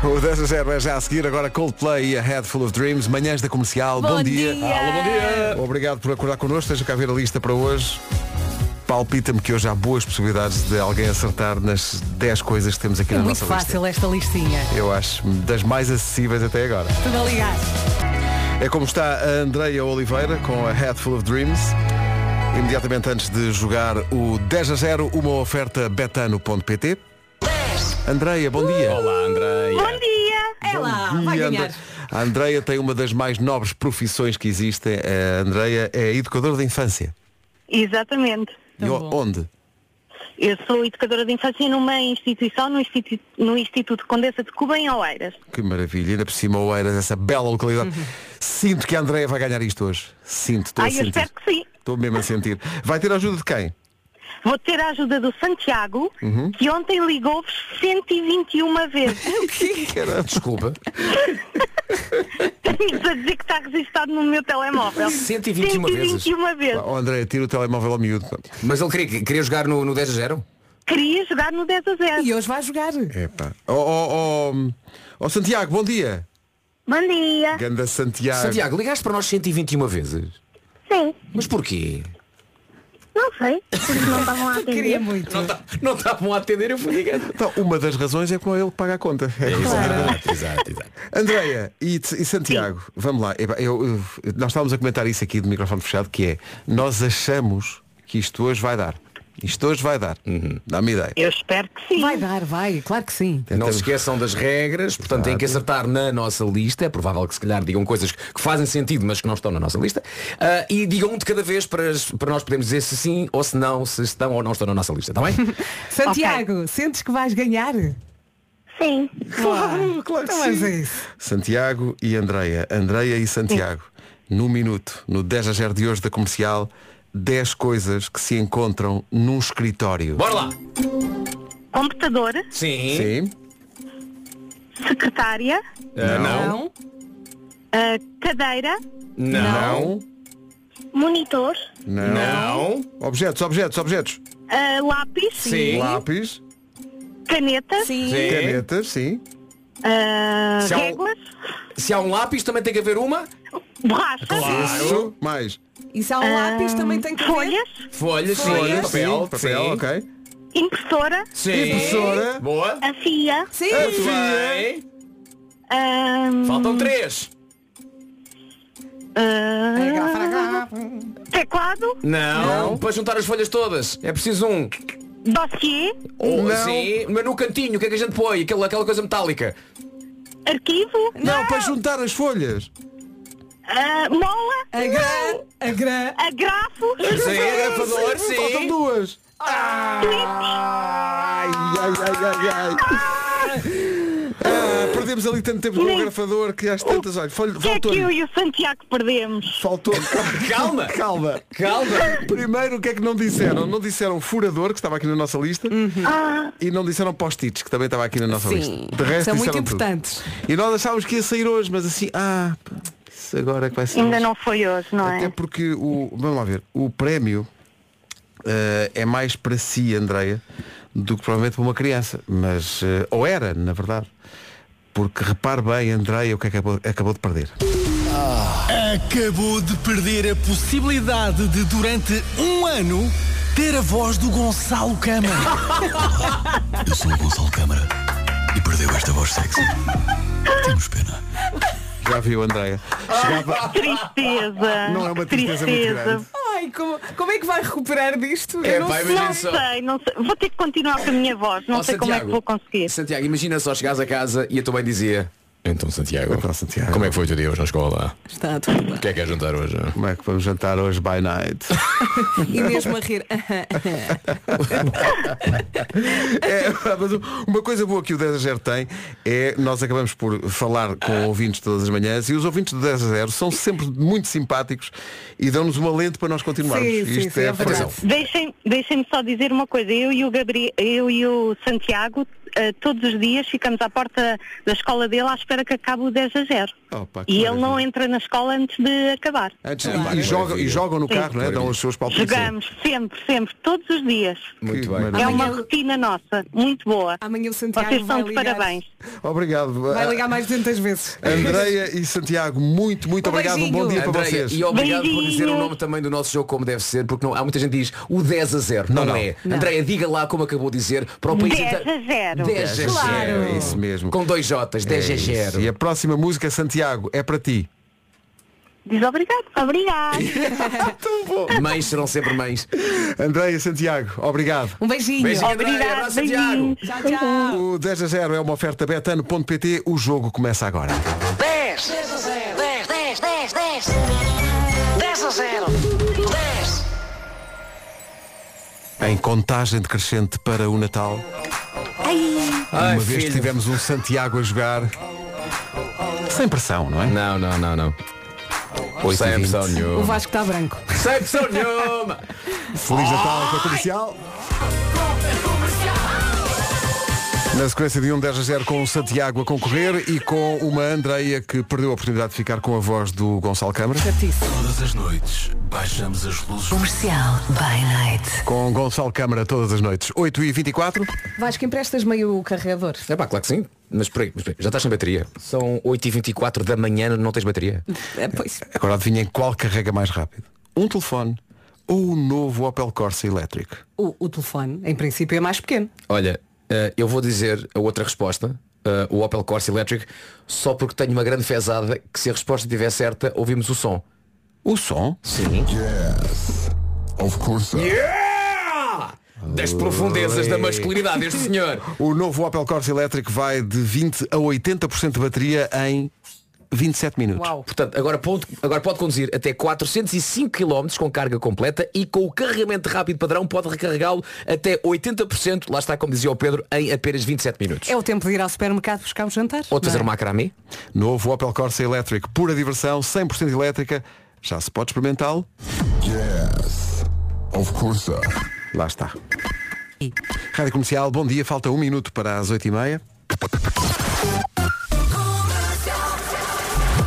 [SPEAKER 1] O 10 a 0 é já a seguir. Agora Coldplay e a Head Full of Dreams. Manhãs da Comercial. Bom, Obrigado por acordar connosco. Esteja cá a ver a lista para hoje. Palpita-me que hoje há boas possibilidades de alguém acertar nas 10 coisas que temos aqui
[SPEAKER 3] É
[SPEAKER 1] na
[SPEAKER 3] muito
[SPEAKER 1] nossa lista.
[SPEAKER 3] fácil esta listinha.
[SPEAKER 1] Eu acho das mais acessíveis até agora.
[SPEAKER 3] Tudo a ligar.
[SPEAKER 1] É como está a Andreia Oliveira com a Head Full of Dreams. Imediatamente antes de jogar o 10 a 0, uma oferta betano.pt. Andreia, bom dia.
[SPEAKER 4] Olá, André.
[SPEAKER 5] Bom dia!
[SPEAKER 3] É lá,
[SPEAKER 1] Bom
[SPEAKER 3] vai
[SPEAKER 1] dia,
[SPEAKER 3] ganhar.
[SPEAKER 1] Andre- A Andreia tem uma das mais nobres profissões que existem. A Andreia é educadora de infância.
[SPEAKER 5] Exatamente.
[SPEAKER 3] Tão
[SPEAKER 1] e o-
[SPEAKER 3] bom.
[SPEAKER 1] onde?
[SPEAKER 5] Eu sou educadora de infância numa instituição, no Instituto, no instituto Condessa de Cuba, em Oeiras.
[SPEAKER 1] Que maravilha. Ainda por cima, Oeiras, essa bela localidade. Sinto que a Andreia vai ganhar isto hoje. Sinto, estou a
[SPEAKER 5] Ai, eu
[SPEAKER 1] sentir.
[SPEAKER 5] espero que sim.
[SPEAKER 1] Estou mesmo a sentir. Vai ter a ajuda de quem?
[SPEAKER 5] Vou ter a ajuda do Santiago, que ontem ligou-vos 121 vezes.
[SPEAKER 1] Caramba.
[SPEAKER 4] Desculpa.
[SPEAKER 5] Tenho a dizer que está registado no meu telemóvel.
[SPEAKER 4] 121 vezes.
[SPEAKER 5] 121 vezes.
[SPEAKER 1] Oh, Andreia, tira o telemóvel ao miúdo.
[SPEAKER 4] Mas ele queria, queria jogar no, no 10 a 0?
[SPEAKER 5] Queria jogar no 10 a 0.
[SPEAKER 3] E hoje vai jogar.
[SPEAKER 1] Epá. Oh, oh, oh, oh, Santiago, bom dia.
[SPEAKER 5] Bom dia.
[SPEAKER 1] Ganda Santiago.
[SPEAKER 4] Santiago, ligaste para nós 121 vezes.
[SPEAKER 5] Sim,
[SPEAKER 4] Mas porquê?
[SPEAKER 5] não sei. Porque não estavam a
[SPEAKER 3] [LAUGHS] Queria
[SPEAKER 5] atender.
[SPEAKER 3] muito.
[SPEAKER 4] Não tá- Não estavam a atender, eu fui ligando.
[SPEAKER 1] Então, uma das razões é com ele que paga a conta.
[SPEAKER 4] Exato, exato, exato.
[SPEAKER 1] Andreia e, t- e Santiago, vamos lá. Epá, eu- eu- nós estávamos a comentar isso aqui de microfone fechado, que é nós achamos que isto hoje vai dar. Isto hoje vai dar. Dá-me ideia.
[SPEAKER 5] Eu espero que sim.
[SPEAKER 3] Vai dar, vai, claro que sim.
[SPEAKER 4] Não se esqueçam das regras, portanto têm que acertar na nossa lista. É provável que se calhar digam coisas que fazem sentido, mas que não estão na nossa lista. Ah, e digam um de cada vez para, para nós podermos dizer se sim ou se não, se estão ou não estão na nossa lista, está [LAUGHS] bem?
[SPEAKER 3] Santiago, sentes que vais ganhar?
[SPEAKER 5] Sim.
[SPEAKER 1] Ah,
[SPEAKER 3] Claro, claro então vamos a isso.
[SPEAKER 1] Santiago e Andreia. Andreia e Santiago. No minuto, no 10 a 0 de hoje da comercial, 10 coisas que se encontram num escritório.
[SPEAKER 4] Bora lá!
[SPEAKER 5] Computador,
[SPEAKER 4] Sim.
[SPEAKER 1] Sim.
[SPEAKER 5] secretária,
[SPEAKER 4] Ah, não.
[SPEAKER 3] Não.
[SPEAKER 5] ah, cadeira,
[SPEAKER 1] Não.
[SPEAKER 5] monitor,
[SPEAKER 1] Não.
[SPEAKER 4] Não.
[SPEAKER 1] Objetos, objetos, objetos.
[SPEAKER 5] ah, lápis,
[SPEAKER 4] Sim.
[SPEAKER 1] Lápis,
[SPEAKER 5] caneta,
[SPEAKER 3] Sim.
[SPEAKER 4] Sim.
[SPEAKER 1] canetas, sim.
[SPEAKER 5] ah,
[SPEAKER 4] São-
[SPEAKER 5] réguas,
[SPEAKER 4] um- Se há um lápis também tem que haver uma.
[SPEAKER 5] borracha,
[SPEAKER 1] Isso, mais.
[SPEAKER 3] E se há um lápis também tem que haver?
[SPEAKER 5] folhas,
[SPEAKER 4] Folhas,
[SPEAKER 3] Folhas.
[SPEAKER 4] sim. Papel,
[SPEAKER 1] sim, papel,
[SPEAKER 4] sim.
[SPEAKER 1] ok.
[SPEAKER 5] impressora,
[SPEAKER 4] Sim.
[SPEAKER 1] Impressora.
[SPEAKER 4] Boa.
[SPEAKER 5] a fia,
[SPEAKER 3] Sim.
[SPEAKER 4] Muito bem.
[SPEAKER 5] ah,
[SPEAKER 4] Faltam três.
[SPEAKER 5] ah,
[SPEAKER 3] Fraga, fraga.
[SPEAKER 5] teclado,
[SPEAKER 4] Não. Para juntar as folhas todas. É preciso um.
[SPEAKER 5] dossiê,
[SPEAKER 4] Ou
[SPEAKER 1] Não.
[SPEAKER 4] sim, mas no cantinho, o que é que a gente põe? Aquela, aquela coisa metálica.
[SPEAKER 5] arquivo,
[SPEAKER 1] Não, para juntar as folhas.
[SPEAKER 5] ah, mola,
[SPEAKER 3] A grã, a grã.
[SPEAKER 5] agrafo,
[SPEAKER 4] Sim, agrafador,
[SPEAKER 1] Faltam
[SPEAKER 4] sim. Ah!
[SPEAKER 1] duas. Ai, ai, ai, ai, ai. Ah, perdemos ali tanto tempo com o
[SPEAKER 5] Nem-
[SPEAKER 1] grafador que às tantas, olha, fal-
[SPEAKER 5] o que é que eu
[SPEAKER 1] faltou-lhe.
[SPEAKER 5] e o Santiago perdemos?
[SPEAKER 1] Faltou.
[SPEAKER 4] [LAUGHS] Calma.
[SPEAKER 1] Calma.
[SPEAKER 4] Calma.
[SPEAKER 1] Primeiro, o que é que não disseram? Não disseram furador, que estava aqui na nossa lista, e não disseram post-its, que também estava aqui na nossa
[SPEAKER 3] Sim.
[SPEAKER 1] lista. De resto,
[SPEAKER 3] São muito
[SPEAKER 1] disseram tudo.
[SPEAKER 3] importantes.
[SPEAKER 1] E nós achávamos que ia sair hoje, mas assim, ah, pá, isso agora é que vai ser.
[SPEAKER 5] Ainda
[SPEAKER 1] hoje.
[SPEAKER 5] não foi hoje, não
[SPEAKER 1] Até
[SPEAKER 5] é?
[SPEAKER 1] porque o. Vamos lá ver, o prémio eh, é mais para si, Andreia, do que provavelmente para uma criança. Mas, eh, ou era, na verdade. Porque repare bem, Andrei, o que é que acabou, acabou de perder.
[SPEAKER 10] Acabou de perder a possibilidade de, durante um ano, ter a voz do Gonçalo Câmara. [LAUGHS] Eu sou o Gonçalo Câmara e perdeu esta voz sexy. Temos pena.
[SPEAKER 1] Já viu,
[SPEAKER 4] [LAUGHS]
[SPEAKER 1] Andreia? Chegava...
[SPEAKER 11] Tristeza.
[SPEAKER 1] Não é uma tristeza muito grande.
[SPEAKER 3] Ai, como, como é que vai recuperar disto? Eu
[SPEAKER 4] É,
[SPEAKER 3] não
[SPEAKER 4] pá,
[SPEAKER 3] sei.
[SPEAKER 4] imagina
[SPEAKER 11] Não
[SPEAKER 4] só.
[SPEAKER 11] sei, não sei. Vou ter que continuar com a minha voz. Não
[SPEAKER 4] Ó,
[SPEAKER 11] sei como é que
[SPEAKER 4] Santiago,
[SPEAKER 11] vou conseguir.
[SPEAKER 4] Santiago, imagina só chegares a casa e a tua mãe dizia Então Santiago,
[SPEAKER 1] Então, Santiago.
[SPEAKER 4] como é que foi o teu dia hoje na escola?
[SPEAKER 3] Está tudo bem.
[SPEAKER 4] O que é que é jantar hoje?
[SPEAKER 1] Como é que vamos jantar hoje by night?
[SPEAKER 3] E mesmo a rir.
[SPEAKER 1] [LAUGHS] É, mas uma coisa boa que o 10 a 0 tem é nós acabamos por falar com ouvintes todas as manhãs e os ouvintes do 10 a 0 são sempre muito simpáticos e dão-nos uma lente para nós continuarmos.
[SPEAKER 3] Sim, sim,
[SPEAKER 1] Isto
[SPEAKER 3] sim,
[SPEAKER 1] é,
[SPEAKER 3] é verdade.
[SPEAKER 1] atenção.
[SPEAKER 11] Deixem- Deixem-me só dizer uma coisa. Eu e o, Gabriel, eu e o Santiago, eh, todos os dias, ficamos à porta da escola dele à espera que acabe o 10 a 0.
[SPEAKER 1] Opa, que
[SPEAKER 11] e ele não
[SPEAKER 1] maravilha.
[SPEAKER 11] entra na escola antes de acabar.
[SPEAKER 1] Antes- e, jogam, e jogam no carro, não é? dão os seus palpites.
[SPEAKER 11] Jogamos sempre, sempre, todos os dias.
[SPEAKER 1] Que
[SPEAKER 4] Muito bem.
[SPEAKER 1] maravilha.
[SPEAKER 11] É uma
[SPEAKER 3] Amanhã-
[SPEAKER 11] rotina nossa, muito boa.
[SPEAKER 3] Amanhã o Santiago
[SPEAKER 11] Vocês
[SPEAKER 3] vai
[SPEAKER 11] estão de
[SPEAKER 3] ligar.
[SPEAKER 11] parabéns.
[SPEAKER 1] Obrigado.
[SPEAKER 3] um-
[SPEAKER 1] Ah,
[SPEAKER 3] Vai ligar mais de 200 vezes.
[SPEAKER 1] Andreia e Santiago, muito, muito
[SPEAKER 3] Um
[SPEAKER 1] obrigado. Um bom
[SPEAKER 3] beijinho.
[SPEAKER 1] dia para
[SPEAKER 4] Andréia,
[SPEAKER 1] vocês.
[SPEAKER 4] e obrigado por dizer o
[SPEAKER 11] Beijinhos.
[SPEAKER 4] nome também do nosso jogo como deve ser, porque não, há muita gente que diz o 10 a 0. Não,
[SPEAKER 1] não.
[SPEAKER 4] é.
[SPEAKER 3] Não.
[SPEAKER 4] Andréia, diga lá como acabou de dizer para o país
[SPEAKER 11] 10 a
[SPEAKER 4] inteiro.
[SPEAKER 11] 0.
[SPEAKER 4] 10 a 0.
[SPEAKER 3] Claro.
[SPEAKER 1] É isso mesmo.
[SPEAKER 4] Com dois J's, 10 a
[SPEAKER 1] É isso.
[SPEAKER 4] 0.
[SPEAKER 1] E a próxima música, Santiago, é para ti.
[SPEAKER 11] Diz obrigado. Obrigado.
[SPEAKER 4] é Mães serão sempre mães.
[SPEAKER 1] Andreia, Santiago, obrigado.
[SPEAKER 3] Um beijinho.
[SPEAKER 4] Beijinho, Andréia.
[SPEAKER 11] Obrigado.
[SPEAKER 4] Abraço, Santiago.
[SPEAKER 11] Beijinhos.
[SPEAKER 3] Tchau, tchau.
[SPEAKER 1] O 10 a 0 é uma oferta betano.pt. O jogo começa agora.
[SPEAKER 5] 10, 10, 10, 10, 10. 10 a 0. 10.
[SPEAKER 1] Em contagem decrescente para o Natal.
[SPEAKER 4] Ai,
[SPEAKER 1] uma vez
[SPEAKER 4] filho.
[SPEAKER 1] tivemos um Santiago a jogar. Sem pressão, não é?
[SPEAKER 4] Não, não, não, não. Sem opção
[SPEAKER 3] O
[SPEAKER 4] nenhuma.
[SPEAKER 3] Vasco está branco.
[SPEAKER 4] Sem opção nenhuma.
[SPEAKER 1] Feliz Natal com a comercial. Na sequência de um 10 a 0 com o Santiago a concorrer e com uma Andreia que perdeu a oportunidade de ficar com a voz do Gonçalo Câmara.
[SPEAKER 7] Todas as noites baixamos as luzes.
[SPEAKER 9] Comercial by night.
[SPEAKER 1] Com Gonçalo Câmara todas as noites. 8h24.
[SPEAKER 3] Vasco, emprestas meio o carregador.
[SPEAKER 4] [LAUGHS] É pá, claro que sim. Mas peraí, mas peraí, já estás sem bateria. São 8h24 da manhã, não tens bateria.
[SPEAKER 3] É, pois.
[SPEAKER 1] Agora adivinhem qual carrega mais rápido. Um telefone ou o novo Opel Corsa elétrico.
[SPEAKER 3] O, o telefone, em princípio, é mais pequeno.
[SPEAKER 4] Olha, eh, eu vou dizer a outra resposta, eh, o Opel Corsa Electric, só porque tenho uma grande fezada que se a resposta estiver certa, ouvimos o som.
[SPEAKER 1] O som?
[SPEAKER 4] Sim.
[SPEAKER 7] Of course.
[SPEAKER 4] Das profundezas da masculinidade, este senhor.
[SPEAKER 1] O novo Opel Corsa elétrico vai de 20 a 80% de bateria em 27 minutos.
[SPEAKER 3] Uau.
[SPEAKER 4] Portanto, agora, ponto- agora pode conduzir até 405 km com carga completa e com o carregamento rápido padrão pode recarregá-lo até 80%, lá está como dizia o Pedro, em apenas 27 minutos.
[SPEAKER 3] É o tempo de ir ao supermercado buscar o jantar.
[SPEAKER 4] Ou de fazer
[SPEAKER 3] não é?
[SPEAKER 4] um macramê.
[SPEAKER 1] Novo Opel Corsa elétrico, pura diversão, 100% elétrica. Já se pode experimentá-lo?
[SPEAKER 7] Yes. Of course.
[SPEAKER 1] Lá está. Rádio Comercial, bom dia. Falta um minuto para as 8h30.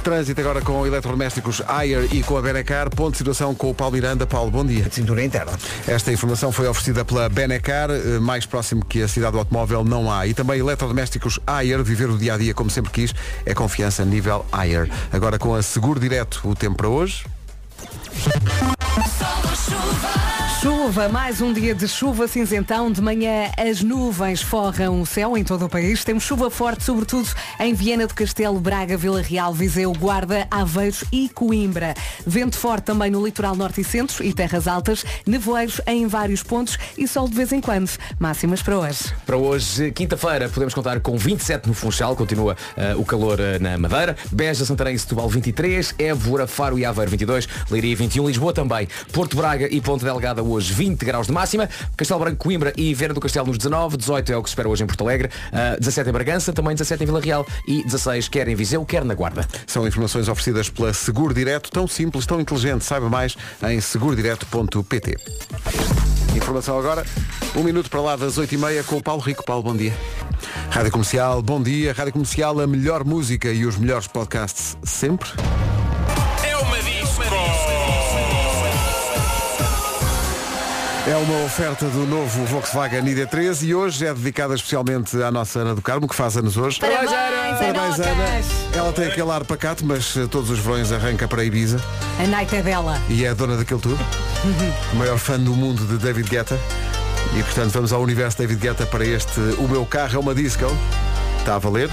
[SPEAKER 1] Trânsito agora com eletrodomésticos Ayer e com a Benacar. Ponto de situação com o Paulo Miranda. Paulo, bom dia.
[SPEAKER 2] Cintura interna.
[SPEAKER 1] Esta informação foi oferecida pela Benecar, eh, mais próximo que a cidade do automóvel não há. E também eletrodomésticos Ayer, viver o dia a dia como sempre quis, é confiança nível Ayer. Agora com a Seguro Direto, o tempo para hoje.
[SPEAKER 3] Chuva, mais um dia de chuva cinzentão. De manhã as nuvens forram o céu em todo o país. Temos chuva forte, sobretudo em Viena do Castelo, Braga, Vila Real, Viseu, Guarda, Aveiros e Coimbra. Vento forte também no litoral norte e centro e terras altas, nevoeiros em vários pontos e sol de vez em quando. Máximas para hoje.
[SPEAKER 4] Para hoje, quinta-feira, podemos contar com 27 no Funchal, continua eh, o calor eh, na Madeira, Beja, Santarém e Setúbal 23, Évora, Faro e Aveiro 22, Leiria 21, Lisboa também, Porto Braga e Ponte Delgada hoje 20 graus de máxima, Castelo Branco, Coimbra e Vera do Castelo nos 19, 18 é o que se espera hoje em Porto Alegre, eh, 17 em Bragança, também 17 em Vila Real e 16 quer em Viseu, quer na Guarda.
[SPEAKER 1] São informações oferecidas pela Seguro Direto, tão simples, tão inteligente. Saiba mais em segurodireto.pt. Informação agora, um minuto para lá das 8h30 com o Paulo Rico. Paulo, bom dia. Rádio Comercial, bom dia. Rádio Comercial, a melhor música e os melhores podcasts sempre.
[SPEAKER 8] É uma disco.
[SPEAKER 1] É uma oferta do novo Volkswagen ID3 e hoje é dedicada especialmente à nossa Ana do Carmo, que faz anos hoje.
[SPEAKER 3] Parabéns, Ana!
[SPEAKER 1] Parabéns, Ana. Ela tem aquele ar pacato, mas eh, todos os verões arranca para Ibiza
[SPEAKER 3] A night é dela.
[SPEAKER 1] e é a dona daquilo tudo. O maior fã do mundo de David Guetta. E portanto vamos ao universo David Guetta para este O Meu Carro é uma Disco. Está a valer.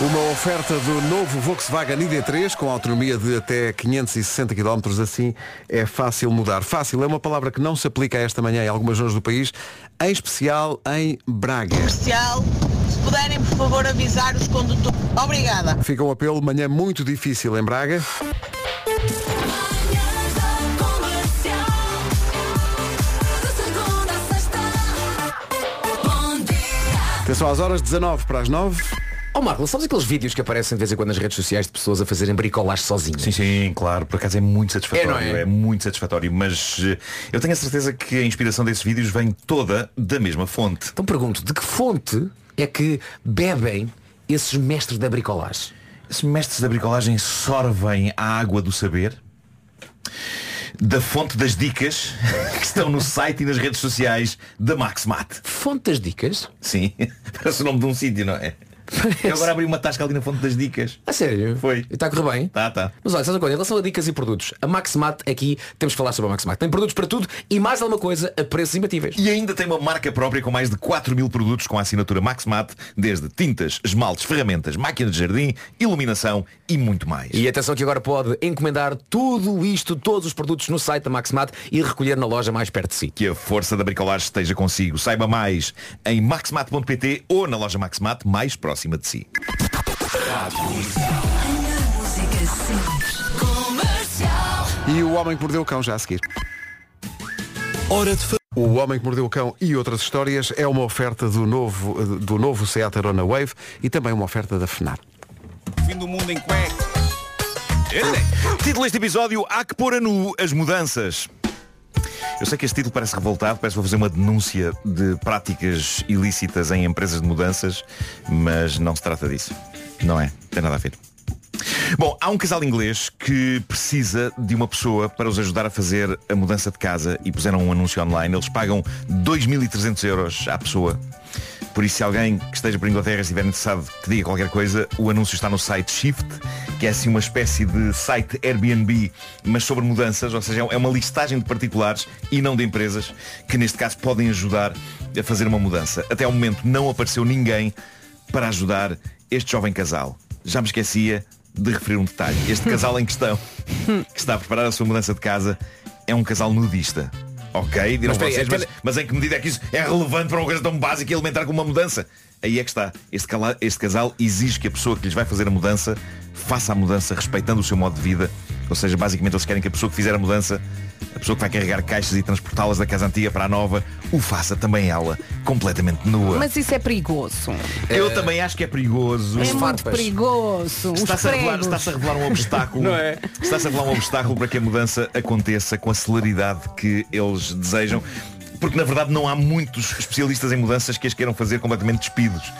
[SPEAKER 1] Uma oferta do novo Volkswagen ID3 com autonomia de até 560 km, assim é fácil mudar. Fácil é uma palavra que não se aplica a esta manhã em algumas zonas do país, em especial em Braga.
[SPEAKER 12] comercial. Se puderem, por favor, avisar os condutores. Obrigada.
[SPEAKER 1] Fica um apelo, manhã muito difícil em Braga. Atenção às horas 19 para as 9.
[SPEAKER 4] Ó Marco, sabes aqueles vídeos que aparecem de vez em quando nas redes sociais de pessoas a fazerem bricolage sozinhas?
[SPEAKER 13] Sim, sim, claro, por acaso é muito satisfatório,
[SPEAKER 4] É,
[SPEAKER 13] é,
[SPEAKER 4] não é?
[SPEAKER 13] muito satisfatório, mas eh, eu tenho a certeza que a inspiração desses vídeos vem toda da mesma fonte.
[SPEAKER 4] Então pergunto, de que fonte é que bebem esses mestres da bricolagem?
[SPEAKER 13] Esses mestres da bricolagem sorvem a água do saber da fonte das dicas [LAUGHS] que estão no site e nas redes sociais da MaxMat.
[SPEAKER 4] Fonte das dicas?
[SPEAKER 13] Sim, [LAUGHS] parece o nome de um sítio, não é? Eu agora abri uma tasca ali na fonte das dicas.
[SPEAKER 4] A sério?
[SPEAKER 13] Foi.
[SPEAKER 4] Está a correr bem?
[SPEAKER 13] Tá, tá.
[SPEAKER 4] Mas olha, sabes uma coisa, em relação a dicas e produtos, a Maxmat aqui temos de falar sobre a Maxmat. Tem produtos para tudo e mais alguma coisa a preços imbatíveis.
[SPEAKER 13] E ainda tem uma marca própria com mais de 4 mil produtos com a assinatura MaxMat, desde tintas, esmaltes, ferramentas, máquinas de jardim, iluminação e muito mais.
[SPEAKER 4] E atenção que agora pode encomendar tudo isto, todos os produtos no site da Maxmat e recolher na loja mais perto de si.
[SPEAKER 13] Que a força da bricolagem esteja consigo. Saiba mais em maxmat.pt ou na loja MaxMat mais próxima de si.
[SPEAKER 1] E o Homem que Mordeu o Cão já a seguir. Hora de O Homem que Mordeu o Cão e outras histórias é uma oferta do novo, do novo Seat Arona Wave e também uma oferta da FNAR.
[SPEAKER 8] Fim do mundo em cueca.
[SPEAKER 13] Título deste episódio, há que pôr a nu as mudanças. Eu sei que este título parece revoltado, parece que vou fazer uma denúncia de práticas ilícitas em empresas de mudanças, mas não se trata disso. Não é? Tem nada a ver. Bom, há um casal inglês que precisa de uma pessoa para os ajudar a fazer a mudança de casa e puseram um anúncio online. Eles pagam 2.300 euros à pessoa. Por isso, se alguém que esteja por Inglaterra estiver interessado que diga qualquer coisa, o anúncio está no site Shift, que é assim uma espécie de site Airbnb, mas sobre mudanças, ou seja, é uma listagem de particulares e não de empresas, que neste caso podem ajudar a fazer uma mudança. Até ao momento não apareceu ninguém para ajudar este jovem casal. Já me esquecia de referir um detalhe. Este casal em questão, que está a preparar a sua mudança de casa, é um casal nudista. Ok, dirão
[SPEAKER 4] Mas espera aí,
[SPEAKER 13] vocês, mas,
[SPEAKER 4] espera-
[SPEAKER 13] mas em que medida é que isso é relevante para uma coisa tão básica e elementar como uma mudança? Aí é que está. Este, cala- este casal exige que a pessoa que lhes vai fazer a mudança faça a mudança respeitando o seu modo de vida. Ou seja, basicamente eles querem que a pessoa que fizer a mudança, a pessoa que vai carregar caixas e transportá-las da casa antiga para a nova, o faça também ela, completamente nua.
[SPEAKER 3] Mas isso é perigoso.
[SPEAKER 13] Eu também acho que é perigoso.
[SPEAKER 3] é muito perigoso. Os
[SPEAKER 13] Está-se a, revelar,
[SPEAKER 3] pregos.
[SPEAKER 13] está-se a revelar um obstáculo.
[SPEAKER 3] Não é?
[SPEAKER 13] Está-se a revelar um obstáculo para que a mudança aconteça com a celeridade que eles desejam. Porque na verdade não há muitos especialistas em mudanças que as queiram fazer completamente despidos.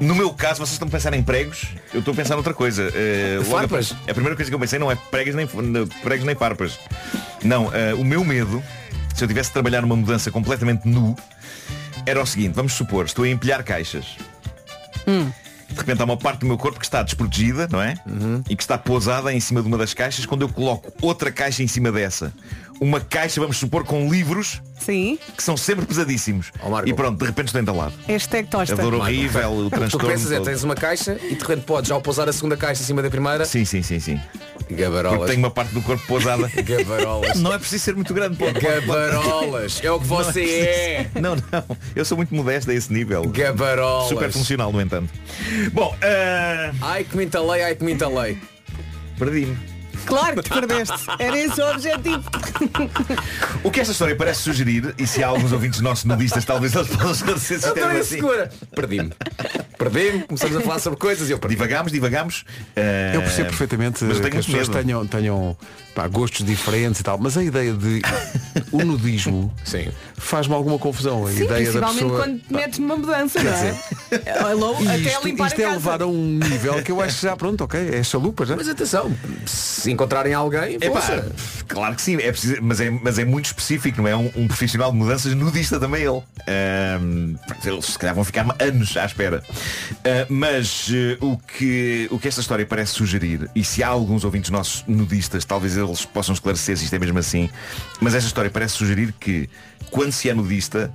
[SPEAKER 13] No meu caso, vocês estão a pensar em pregos, eu estou a pensar noutra coisa. Eh, logo a-
[SPEAKER 4] Farpas?
[SPEAKER 13] A, primeira coisa que eu pensei não é pregos nem, pregos nem farpas. Não, eh, o meu medo, se eu tivesse de trabalhar numa mudança completamente nu, era o seguinte, vamos supor, estou a empilhar caixas. De repente há uma parte do meu corpo que está desprotegida, não é? E que está pousada em cima de uma das caixas quando eu coloco outra caixa em cima dessa. Uma caixa, vamos supor, com livros
[SPEAKER 3] Sim.
[SPEAKER 13] que são sempre pesadíssimos.
[SPEAKER 4] Oh,
[SPEAKER 13] e pronto, de repente estou entalado.
[SPEAKER 3] Hashtag é tosta.
[SPEAKER 13] A dor horrível, o
[SPEAKER 4] Tu
[SPEAKER 13] transtorno.
[SPEAKER 4] pensas é,
[SPEAKER 13] todo.
[SPEAKER 4] tens uma caixa e de repente podes ao pousar a segunda caixa em cima da primeira.
[SPEAKER 13] Sim, sim, sim, sim.
[SPEAKER 4] Gabarolas.
[SPEAKER 13] Porque tenho uma parte do corpo pousada. [LAUGHS]
[SPEAKER 4] Gabarolas.
[SPEAKER 13] Não é preciso ser muito grande. pode- pode- pode-
[SPEAKER 4] Gabarolas. É o que
[SPEAKER 13] Não
[SPEAKER 4] você é.
[SPEAKER 13] preciso. Não, não. Eu sou muito modesto a esse nível.
[SPEAKER 4] Gabarolas.
[SPEAKER 13] Super funcional, no entanto. Bom, ah,
[SPEAKER 4] Ai que me entalei, ai que me entalei.
[SPEAKER 13] perdi-me.
[SPEAKER 3] Claro que te perdeste. Era esse o objetivo.
[SPEAKER 13] O que esta história parece sugerir, e se há alguns ouvintes nossos nudistas, talvez eles possam esclarecer se isto é mesmo
[SPEAKER 4] Adorei a
[SPEAKER 13] assim.
[SPEAKER 4] segura. Perdi-me. Perdi-me, começamos a falar sobre coisas e eu perdi.
[SPEAKER 13] Divagámos, divagámos. eh,
[SPEAKER 1] Eu percebo perfeitamente
[SPEAKER 13] mas eu tenho
[SPEAKER 1] que as
[SPEAKER 13] muito
[SPEAKER 1] pessoas tenham,
[SPEAKER 13] medo.
[SPEAKER 1] tenham pá, gostos diferentes e tal, mas a ideia
[SPEAKER 13] [LAUGHS]
[SPEAKER 1] de o nudismo
[SPEAKER 4] Sim.
[SPEAKER 1] faz-me alguma confusão. A
[SPEAKER 3] Sim,
[SPEAKER 1] ideia da
[SPEAKER 3] principalmente
[SPEAKER 1] pessoa.
[SPEAKER 3] quando te metes numa mudança, não é? [LAUGHS] Alô, até
[SPEAKER 1] Isto,
[SPEAKER 3] limpar
[SPEAKER 1] isto
[SPEAKER 3] a
[SPEAKER 1] é
[SPEAKER 3] casa.
[SPEAKER 1] levar a um nível que eu acho já pronto, ok, é chalupa já.
[SPEAKER 4] Mas atenção, se encontrarem alguém,
[SPEAKER 13] Epá,
[SPEAKER 4] força.
[SPEAKER 13] claro que sim, é preciso, mas, é, mas é muito específico, não é? Um, um profissional de mudanças nudista também ele. Ahm, pronto, eles se calhar vão ficar anos à espera. Ah, mas eh, o, que, o que esta história parece sugerir, e se há alguns ouvintes nossos nudistas, talvez eles possam esclarecer se isto é mesmo assim, mas esta história parece sugerir que quando se é nudista,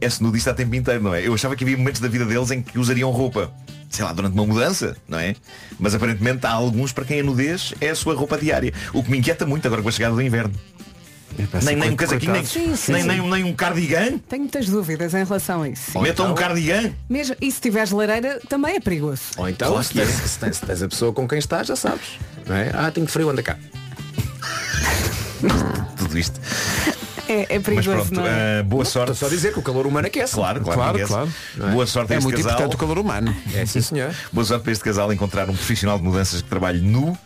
[SPEAKER 13] é-se nudista a tempo inteiro, não é? Eu achava que havia momentos da vida deles em que usariam roupa. Sei lá, durante uma mudança, não é? Mas aparentemente há alguns para quem a nudez é a sua roupa diária. O que me inquieta muito agora com a chegada do inverno. nem, nem um casaquinho, nem,
[SPEAKER 3] Sim, sim,
[SPEAKER 13] nem,
[SPEAKER 3] sim.
[SPEAKER 13] nem um- nem um cardigan.
[SPEAKER 3] Tenho muitas dúvidas em relação a isso.
[SPEAKER 13] Metam um cardigan.
[SPEAKER 3] Mesmo, e se tiveres lareira, também é perigoso.
[SPEAKER 4] Ou então, se tens, se tens- se tens a pessoa com quem estás, já sabes. Não é? Ah, tenho frio, anda cá.
[SPEAKER 13] Tudo isto.
[SPEAKER 3] É, é
[SPEAKER 13] Mas
[SPEAKER 3] perigoso,
[SPEAKER 13] pronto,
[SPEAKER 3] não é?
[SPEAKER 13] ah, boa sorte.
[SPEAKER 4] Só dizer que o calor humano aquece.
[SPEAKER 13] Claro, claro.
[SPEAKER 1] Claro,
[SPEAKER 13] que aquece.
[SPEAKER 1] claro.
[SPEAKER 13] Não é? Boa sorte a
[SPEAKER 1] É
[SPEAKER 13] este
[SPEAKER 1] muito
[SPEAKER 13] casal.
[SPEAKER 1] importante o calor humano.
[SPEAKER 4] É, sim senhor.
[SPEAKER 13] Boa sorte para este casal encontrar um profissional de mudanças que trabalhe nu.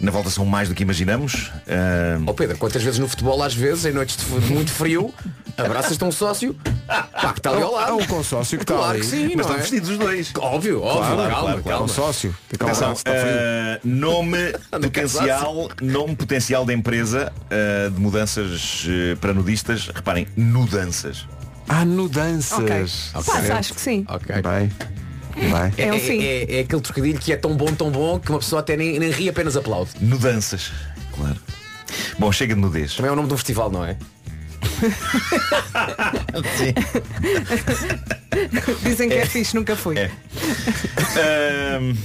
[SPEAKER 13] Na volta são mais do que imaginamos. Ah,
[SPEAKER 4] Ó Pedro, quantas vezes no futebol, às vezes, em noites de fu- de muito frio, abraças-te a um sócio, pá, que está ali ao
[SPEAKER 1] Há
[SPEAKER 4] lado.
[SPEAKER 1] um consórcio que está
[SPEAKER 4] Claro
[SPEAKER 1] ali.
[SPEAKER 4] que sim,
[SPEAKER 13] mas
[SPEAKER 4] não
[SPEAKER 13] estão
[SPEAKER 4] é?
[SPEAKER 13] vestidos os dois.
[SPEAKER 4] Óbvio, óbvio,
[SPEAKER 1] Claro,
[SPEAKER 4] calma,
[SPEAKER 1] claro, claro,
[SPEAKER 4] calma.
[SPEAKER 1] Consórcio. Fica lá,
[SPEAKER 13] Atenção,
[SPEAKER 1] está frio.
[SPEAKER 13] eh, [LAUGHS] nome potencial, nome potencial da empresa eh, de mudanças eh, para nudistas, reparem, nudanças.
[SPEAKER 1] Há nudanças.
[SPEAKER 3] Ok.
[SPEAKER 4] Ok.
[SPEAKER 3] Passa, acho que sim.
[SPEAKER 4] Ok.
[SPEAKER 1] Bem, bem.
[SPEAKER 3] É um sim.
[SPEAKER 4] é- é aquele trocadilho que é tão bom, tão bom, que uma pessoa até nem, nem ri, apenas aplaude.
[SPEAKER 13] Nudanças, claro. Bom, chega de nudez.
[SPEAKER 4] Também é o nome de um festival, não é?
[SPEAKER 3] Dizem que é fixe, nunca fui.
[SPEAKER 13] É. Ahm,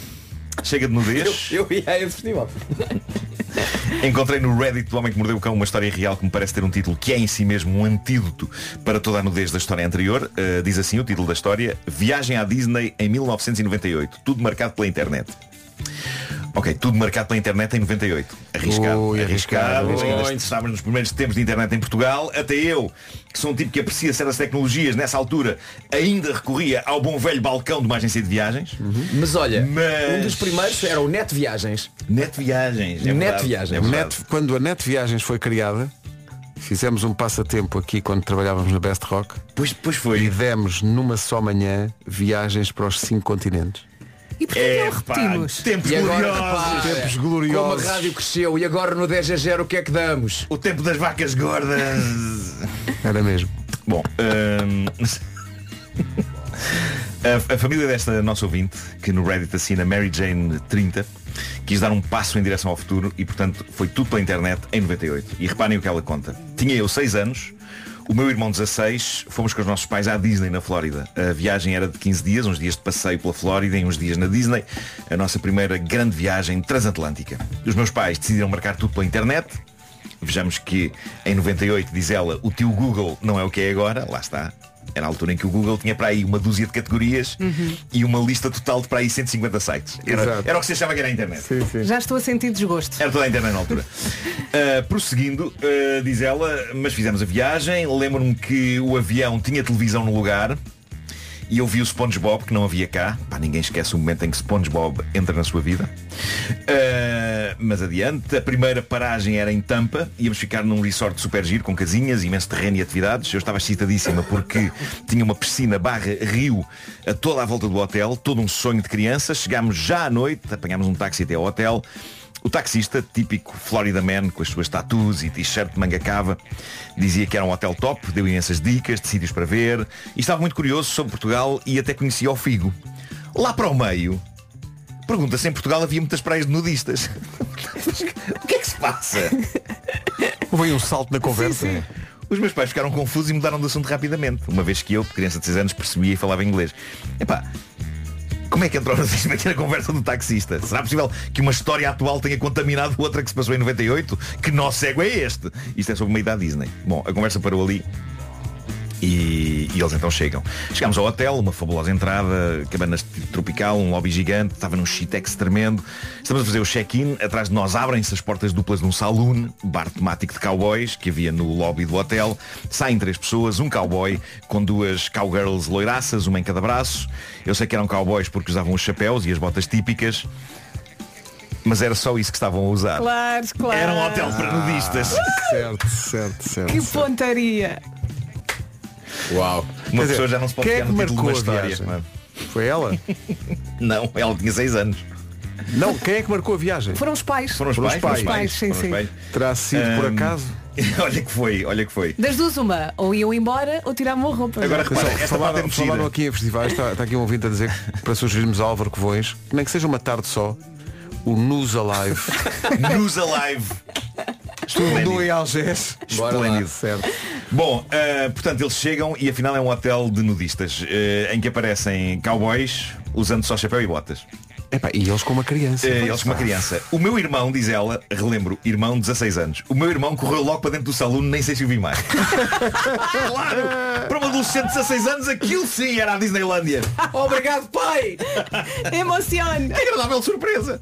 [SPEAKER 13] Ah, chega de nudez.
[SPEAKER 4] Eu ia a esse festival.
[SPEAKER 13] Encontrei no Reddit do Homem que Mordeu o Cão uma história real que me parece ter um título que é em si mesmo um antídoto para toda a nudez da história anterior. Uh, diz assim o título da história, Viagem à Disney em 1998. Tudo marcado pela internet. Ok, tudo marcado pela internet em 98. Arriscado.
[SPEAKER 1] Ui,
[SPEAKER 13] arriscado.
[SPEAKER 1] arriscado.
[SPEAKER 13] Ainda estávamos nos primeiros tempos de internet em Portugal. Até eu, que sou um tipo que aprecia certas tecnologias, nessa altura ainda recorria ao bom velho balcão de uma agência de viagens.
[SPEAKER 4] Mas olha,
[SPEAKER 13] Mas-
[SPEAKER 4] um dos primeiros era o Net Viagens.
[SPEAKER 13] Net Viagens. é
[SPEAKER 4] Net
[SPEAKER 13] verdade,
[SPEAKER 4] Viagens.
[SPEAKER 13] é verdade.
[SPEAKER 1] Net- quando a Net Viagens foi criada, fizemos um passatempo aqui quando trabalhávamos na Best Rock
[SPEAKER 13] Pois, pois
[SPEAKER 1] e
[SPEAKER 13] foi.
[SPEAKER 1] demos numa só manhã viagens para os cinco continentes.
[SPEAKER 3] E porquê que
[SPEAKER 13] É,
[SPEAKER 3] não Então, repetimos?
[SPEAKER 13] tempos
[SPEAKER 4] E agora,
[SPEAKER 13] gloriosos.
[SPEAKER 4] repara,
[SPEAKER 1] Tempos
[SPEAKER 4] como
[SPEAKER 1] gloriosos.
[SPEAKER 4] a rádio cresceu e agora no 10 a 0 o que é que damos?
[SPEAKER 13] O tempo das vacas gordas.
[SPEAKER 1] Era mesmo.
[SPEAKER 13] Bom, hum, a, a família desta nossa ouvinte, que no Reddit assina Mary Jane 30, quis dar um passo em direção ao futuro e, portanto, foi tudo pela internet em 98. E reparem o que ela conta. Tinha eu 6 anos, o meu irmão 16, fomos com os nossos pais à Disney na Flórida. A viagem era de 15 dias, uns dias de passeio pela Flórida e uns dias na Disney. A nossa primeira grande viagem transatlântica. Os meus pais decidiram marcar tudo pela internet. Vejamos que em 98, diz ela, o tio Google não é o que é agora, lá está. Era a altura em que o Google tinha para aí uma dúzia de categorias e uma lista total de para aí 150 sites. Era,
[SPEAKER 1] Exato.
[SPEAKER 13] era o que se achava que era a internet.
[SPEAKER 3] Já estou a sentir desgosto.
[SPEAKER 13] Era toda a internet na altura. Uh, prosseguindo, uh, diz ela, mas fizemos a viagem, lembro-me que o avião tinha televisão no lugar e eu vi o SpongeBob, que não havia cá. Pá, ninguém esquece o momento em que SpongeBob entra na sua vida. Uh, mas adiante, a primeira paragem era em Tampa, íamos ficar num resort super giro, com casinhas, imenso terreno e atividades. Eu estava excitadíssima porque tinha uma piscina barra rio a toda a volta do hotel, todo um sonho de criança. Chegámos já à noite, apanhámos um táxi até ao hotel. O taxista, típico Florida Man, com as suas tatuas e t-shirt de manga cava, dizia que era um hotel top, deu imensas dicas de sítios para ver e estava muito curioso sobre Portugal e até conhecia o Figo. Lá para o meio, pergunta se em Portugal havia muitas praias de nudistas. [LAUGHS] o que é que se passa?
[SPEAKER 1] Houve aí um salto na conversa.
[SPEAKER 13] Os meus pais ficaram confusos e mudaram de assunto rapidamente, uma vez que eu, criança de 6 anos, percebia e falava inglês. Epá, como é que entrou nazismo aqui na conversa do taxista? Será possível que uma história atual tenha contaminado outra que se passou em 98? Que nó cego é este? Isto é sobre uma idade Disney. Bom, a conversa parou ali e, e eles então chegam. Chegámos ao hotel, uma fabulosa entrada, cabana tropical, um lobby gigante, estava num shitex tremendo. Estamos a fazer o check-in, atrás de nós abrem-se as portas duplas de um saloon, bar temático de cowboys, que havia no lobby do hotel. Saem três pessoas, um cowboy com duas cowgirls loiraças, uma em cada braço. Eu sei que eram cowboys porque usavam os chapéus e as botas típicas. Mas era só isso que estavam a usar.
[SPEAKER 3] Claro, claro.
[SPEAKER 13] Era um
[SPEAKER 1] Ah.
[SPEAKER 13] hotel para nudistas.
[SPEAKER 1] Certo, certo, certo.
[SPEAKER 3] Que pontaria.
[SPEAKER 4] Uau.
[SPEAKER 13] Uma
[SPEAKER 1] Quer dizer,
[SPEAKER 13] pessoa já não se pode
[SPEAKER 1] quem é
[SPEAKER 13] pegar
[SPEAKER 1] que
[SPEAKER 13] no título de uma
[SPEAKER 1] marcou a
[SPEAKER 13] história.
[SPEAKER 1] viagem?
[SPEAKER 13] não é?
[SPEAKER 1] Foi ela?
[SPEAKER 13] Não, ela tinha 6 anos.
[SPEAKER 1] Não, quem é que marcou a viagem?
[SPEAKER 3] Foram os pais.
[SPEAKER 13] Foram os pais, foram os pais,
[SPEAKER 3] sim,
[SPEAKER 13] foram os
[SPEAKER 3] sim.
[SPEAKER 13] pais.
[SPEAKER 1] Terá sido por acaso?
[SPEAKER 13] [LAUGHS] olha que foi, olha que foi.
[SPEAKER 3] Das duas, uma. Ou iam embora ou tiravam a roupa.
[SPEAKER 13] Agora repara,
[SPEAKER 1] Pessoal,
[SPEAKER 13] esta parte é
[SPEAKER 1] falaram,
[SPEAKER 13] mexida.
[SPEAKER 1] falaram aqui em festivais, está, está aqui um ouvinte a dizer que para sugerirmos Álvaro Covões, nem que seja uma tarde só, o News Alive.
[SPEAKER 13] News Alive.
[SPEAKER 1] Tudo em Algés.
[SPEAKER 13] Esplêndido.
[SPEAKER 1] certo.
[SPEAKER 13] Bom, eh, portanto, eles chegam e afinal é um hotel de nudistas, eh, em que aparecem cowboys usando só chapéu e botas.
[SPEAKER 1] Epá, e eles com uma criança.
[SPEAKER 13] Eh, eles com uma criança. O meu irmão, diz ela, relembro, irmão de 16 anos, o meu irmão correu logo para dentro do salão, nem sei se o vi mais. claro! Para um adolescente de 16 anos, aquilo sim era a Disneylândia.
[SPEAKER 3] Obrigado, pai! [LAUGHS] Emocione!
[SPEAKER 13] Agradável surpresa!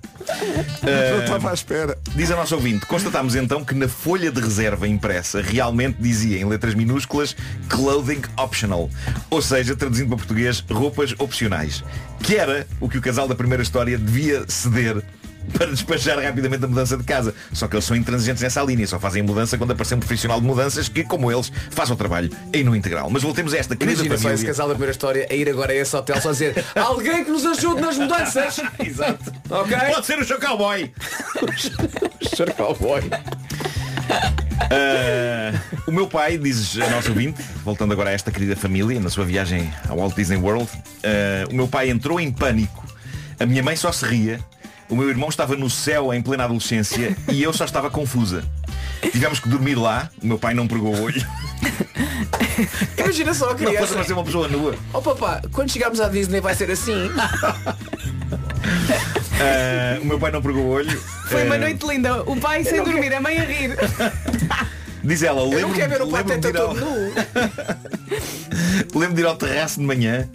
[SPEAKER 1] Eu estava à espera.
[SPEAKER 13] Diz a nossa ouvinte, constatámos então que na folha de reserva impressa realmente dizia em letras minúsculas clothing optional, ou seja, traduzindo para português, roupas opcionais, que era o que o casal da primeira história devia ceder para despachar rapidamente a mudança de casa. Só que eles são intransigentes nessa linha, só fazem mudança quando aparece um profissional de mudanças que, como eles, faz o trabalho em no integral. Mas voltemos a esta querida
[SPEAKER 4] Imagina só
[SPEAKER 13] família.
[SPEAKER 4] esse casal da primeira história a ir agora a esse hotel só dizer alguém que nos ajude nas mudanças.
[SPEAKER 13] Exato.
[SPEAKER 4] Ok?
[SPEAKER 13] Pode ser o seu cowboy.
[SPEAKER 4] Ser cowboy.
[SPEAKER 13] Ah, o meu pai, diz a nossa ouvinte, voltando agora a esta querida família, na sua viagem ao Walt Disney World, ah, o meu pai entrou em pânico, a minha mãe só se ria, o meu irmão estava no céu em plena adolescência e eu só estava confusa. Tivemos que dormir lá, o meu pai não pregou o olho.
[SPEAKER 4] Imagina só a
[SPEAKER 13] Não fosse
[SPEAKER 4] criança.
[SPEAKER 13] aparecer uma pessoa nua.
[SPEAKER 4] Oh papá, quando chegarmos à Disney vai ser assim.
[SPEAKER 13] Ah, o meu pai não pregou o olho.
[SPEAKER 3] Foi uma
[SPEAKER 13] Ah,
[SPEAKER 3] noite linda. O pai sem dormir, a mãe a rir.
[SPEAKER 13] Diz ela,
[SPEAKER 4] Eu não
[SPEAKER 13] lembro-me
[SPEAKER 4] quero ver o
[SPEAKER 13] lembro-me de
[SPEAKER 4] pateta
[SPEAKER 13] ir ao-
[SPEAKER 4] todo
[SPEAKER 13] [LAUGHS]
[SPEAKER 4] nu.
[SPEAKER 13] Lembro de ir ao terraço de manhã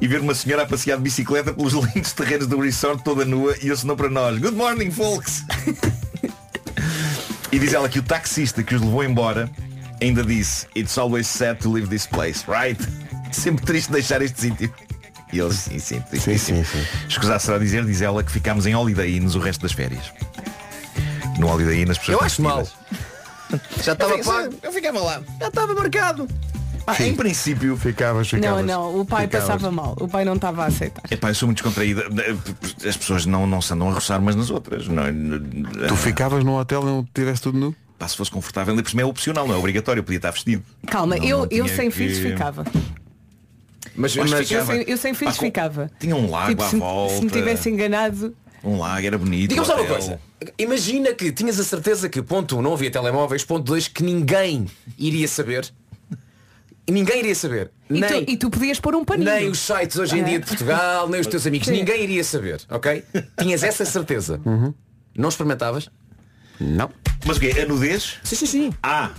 [SPEAKER 13] e ver uma senhora a passear de bicicleta pelos [LAUGHS] lindos terrenos do resort toda nua e eu sonou para nós. Good morning, folks! e diz ela que o taxista que os levou embora ainda disse It's always sad to leave this place, right? Sempre triste deixar este sítio. E eles, sim, sim,
[SPEAKER 1] Sim,
[SPEAKER 13] triste.
[SPEAKER 1] sim, sim.
[SPEAKER 13] Escusar será dizer, diz ela, que ficámos em Holiday Inns o resto das férias. No Holiday Inn as pessoas
[SPEAKER 4] Eu
[SPEAKER 13] estão
[SPEAKER 4] acho mal.
[SPEAKER 13] vestidas.
[SPEAKER 4] Já estava
[SPEAKER 13] fico-
[SPEAKER 4] pago. Eu ficava lá. Já estava marcado.
[SPEAKER 13] Ah, em princípio,
[SPEAKER 1] Ficavas,
[SPEAKER 3] Não,
[SPEAKER 1] ficavas.
[SPEAKER 3] não, o pai
[SPEAKER 1] Ficavas.
[SPEAKER 3] passava mal. O pai não estava a aceitar.
[SPEAKER 13] Epá, eu sou muito descontraída. As pessoas não, não se andam a roçar umas nas outras. Não, é?
[SPEAKER 1] Tu ficavas num hotel e não tivesse tudo nu?
[SPEAKER 13] Pá, se fosse confortável, ainda por cima é opcional, não é obrigatório, eu podia estar vestido.
[SPEAKER 3] Calma,
[SPEAKER 13] Não,
[SPEAKER 3] eu,
[SPEAKER 13] não
[SPEAKER 3] eu
[SPEAKER 13] tinha
[SPEAKER 3] sem
[SPEAKER 13] que-
[SPEAKER 3] filhos ficava.
[SPEAKER 4] Mas,
[SPEAKER 13] acho que
[SPEAKER 4] mas
[SPEAKER 3] Eu
[SPEAKER 13] ficava.
[SPEAKER 3] sem, eu sem filhos
[SPEAKER 13] Pá, com-
[SPEAKER 3] ficava.
[SPEAKER 13] Tinha um lago
[SPEAKER 3] Tipo,
[SPEAKER 13] à
[SPEAKER 3] se,
[SPEAKER 13] volta.
[SPEAKER 3] se me tivesse enganado.
[SPEAKER 13] Um lago, era bonito.
[SPEAKER 4] Diga-me só uma
[SPEAKER 13] hotel.
[SPEAKER 4] coisa. Imagina que tinhas a certeza que, ponto 1, não havia telemóveis, ponto 2, que ninguém iria saber. E Ninguém iria saber.
[SPEAKER 3] E
[SPEAKER 4] nem,
[SPEAKER 3] tu, e tu podias pôr um paninho.
[SPEAKER 4] nem os sites hoje em dia de Portugal, nem os teus amigos.
[SPEAKER 3] Sim.
[SPEAKER 4] Ninguém iria saber, ok? Tinhas essa certeza.
[SPEAKER 13] Uhum.
[SPEAKER 4] Não experimentavas?
[SPEAKER 1] Não.
[SPEAKER 13] Mas o quê? A nudez?
[SPEAKER 4] Sim, sim, sim.
[SPEAKER 13] Ah,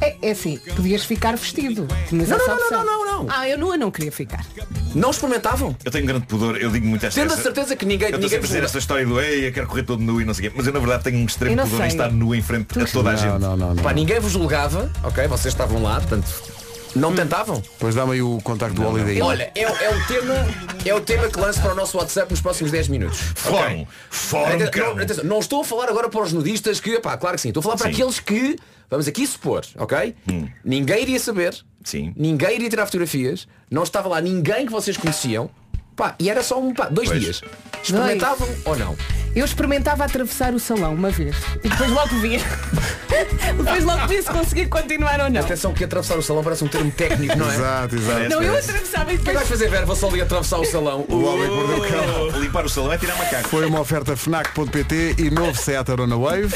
[SPEAKER 3] É, é assim, podias ficar vestido. Tinhas
[SPEAKER 4] Não,
[SPEAKER 3] essa
[SPEAKER 4] não, não,
[SPEAKER 3] opção.
[SPEAKER 4] não, não, não.
[SPEAKER 3] Ah, eu nua não queria ficar.
[SPEAKER 4] Não experimentavam?
[SPEAKER 13] eu tenho um grande pudor, eu digo muito esta
[SPEAKER 4] Tendo a
[SPEAKER 13] essa-
[SPEAKER 4] certeza que ninguém,
[SPEAKER 13] Eu estou
[SPEAKER 4] ninguém
[SPEAKER 13] sempre a dizer
[SPEAKER 4] vos
[SPEAKER 13] esta história do Ei, eu quero correr todo nu e não sei o quê. Mas eu na verdade tenho um extremo
[SPEAKER 3] Eu não
[SPEAKER 13] pudor em
[SPEAKER 3] sei.
[SPEAKER 13] estar nu em frente a toda a gente.
[SPEAKER 1] Não, não, não. não.
[SPEAKER 4] Pá, ninguém vos julgava, ok? Vocês estavam lá, portanto.
[SPEAKER 3] Hum.
[SPEAKER 4] Não tentavam?
[SPEAKER 1] Pois dá-me aí o contacto do Holiday Inn.
[SPEAKER 4] Olha, é, é o tema, é o tema que lanço para o nosso WhatsApp nos próximos 10 minutos.
[SPEAKER 13] Fórum. Fórum,
[SPEAKER 4] Atenção,
[SPEAKER 13] cão.
[SPEAKER 4] não, atenção, não estou a falar agora para os nudistas que, pá, claro que sim, estou a falar para
[SPEAKER 13] Sim.
[SPEAKER 4] aqueles que, vamos aqui supor, ok? Ninguém iria saber,
[SPEAKER 13] Sim.
[SPEAKER 4] ninguém iria tirar fotografias, não estava lá ninguém que vocês conheciam, pá, e era só um, pá, dois
[SPEAKER 13] Pois.
[SPEAKER 4] dias. Experimentavam ou não?
[SPEAKER 3] Eu experimentava atravessar o salão uma vez. E depois logo via. [LAUGHS] depois logo via se conseguia continuar ou não.
[SPEAKER 4] Atenção que atravessar o salão parece um termo técnico, não é?
[SPEAKER 1] Exato, exato.
[SPEAKER 3] Não, eu
[SPEAKER 13] é-
[SPEAKER 3] atravessava e
[SPEAKER 4] O que
[SPEAKER 3] depois.
[SPEAKER 4] vais fazer, Vera? Vou só ali atravessar o salão.
[SPEAKER 1] O homem que mordeu o cão.
[SPEAKER 13] Limpar o salão é tirar macaco.
[SPEAKER 1] Foi uma oferta FNAC.pt e novo Seat Arona
[SPEAKER 4] [LAUGHS]
[SPEAKER 1] Wave.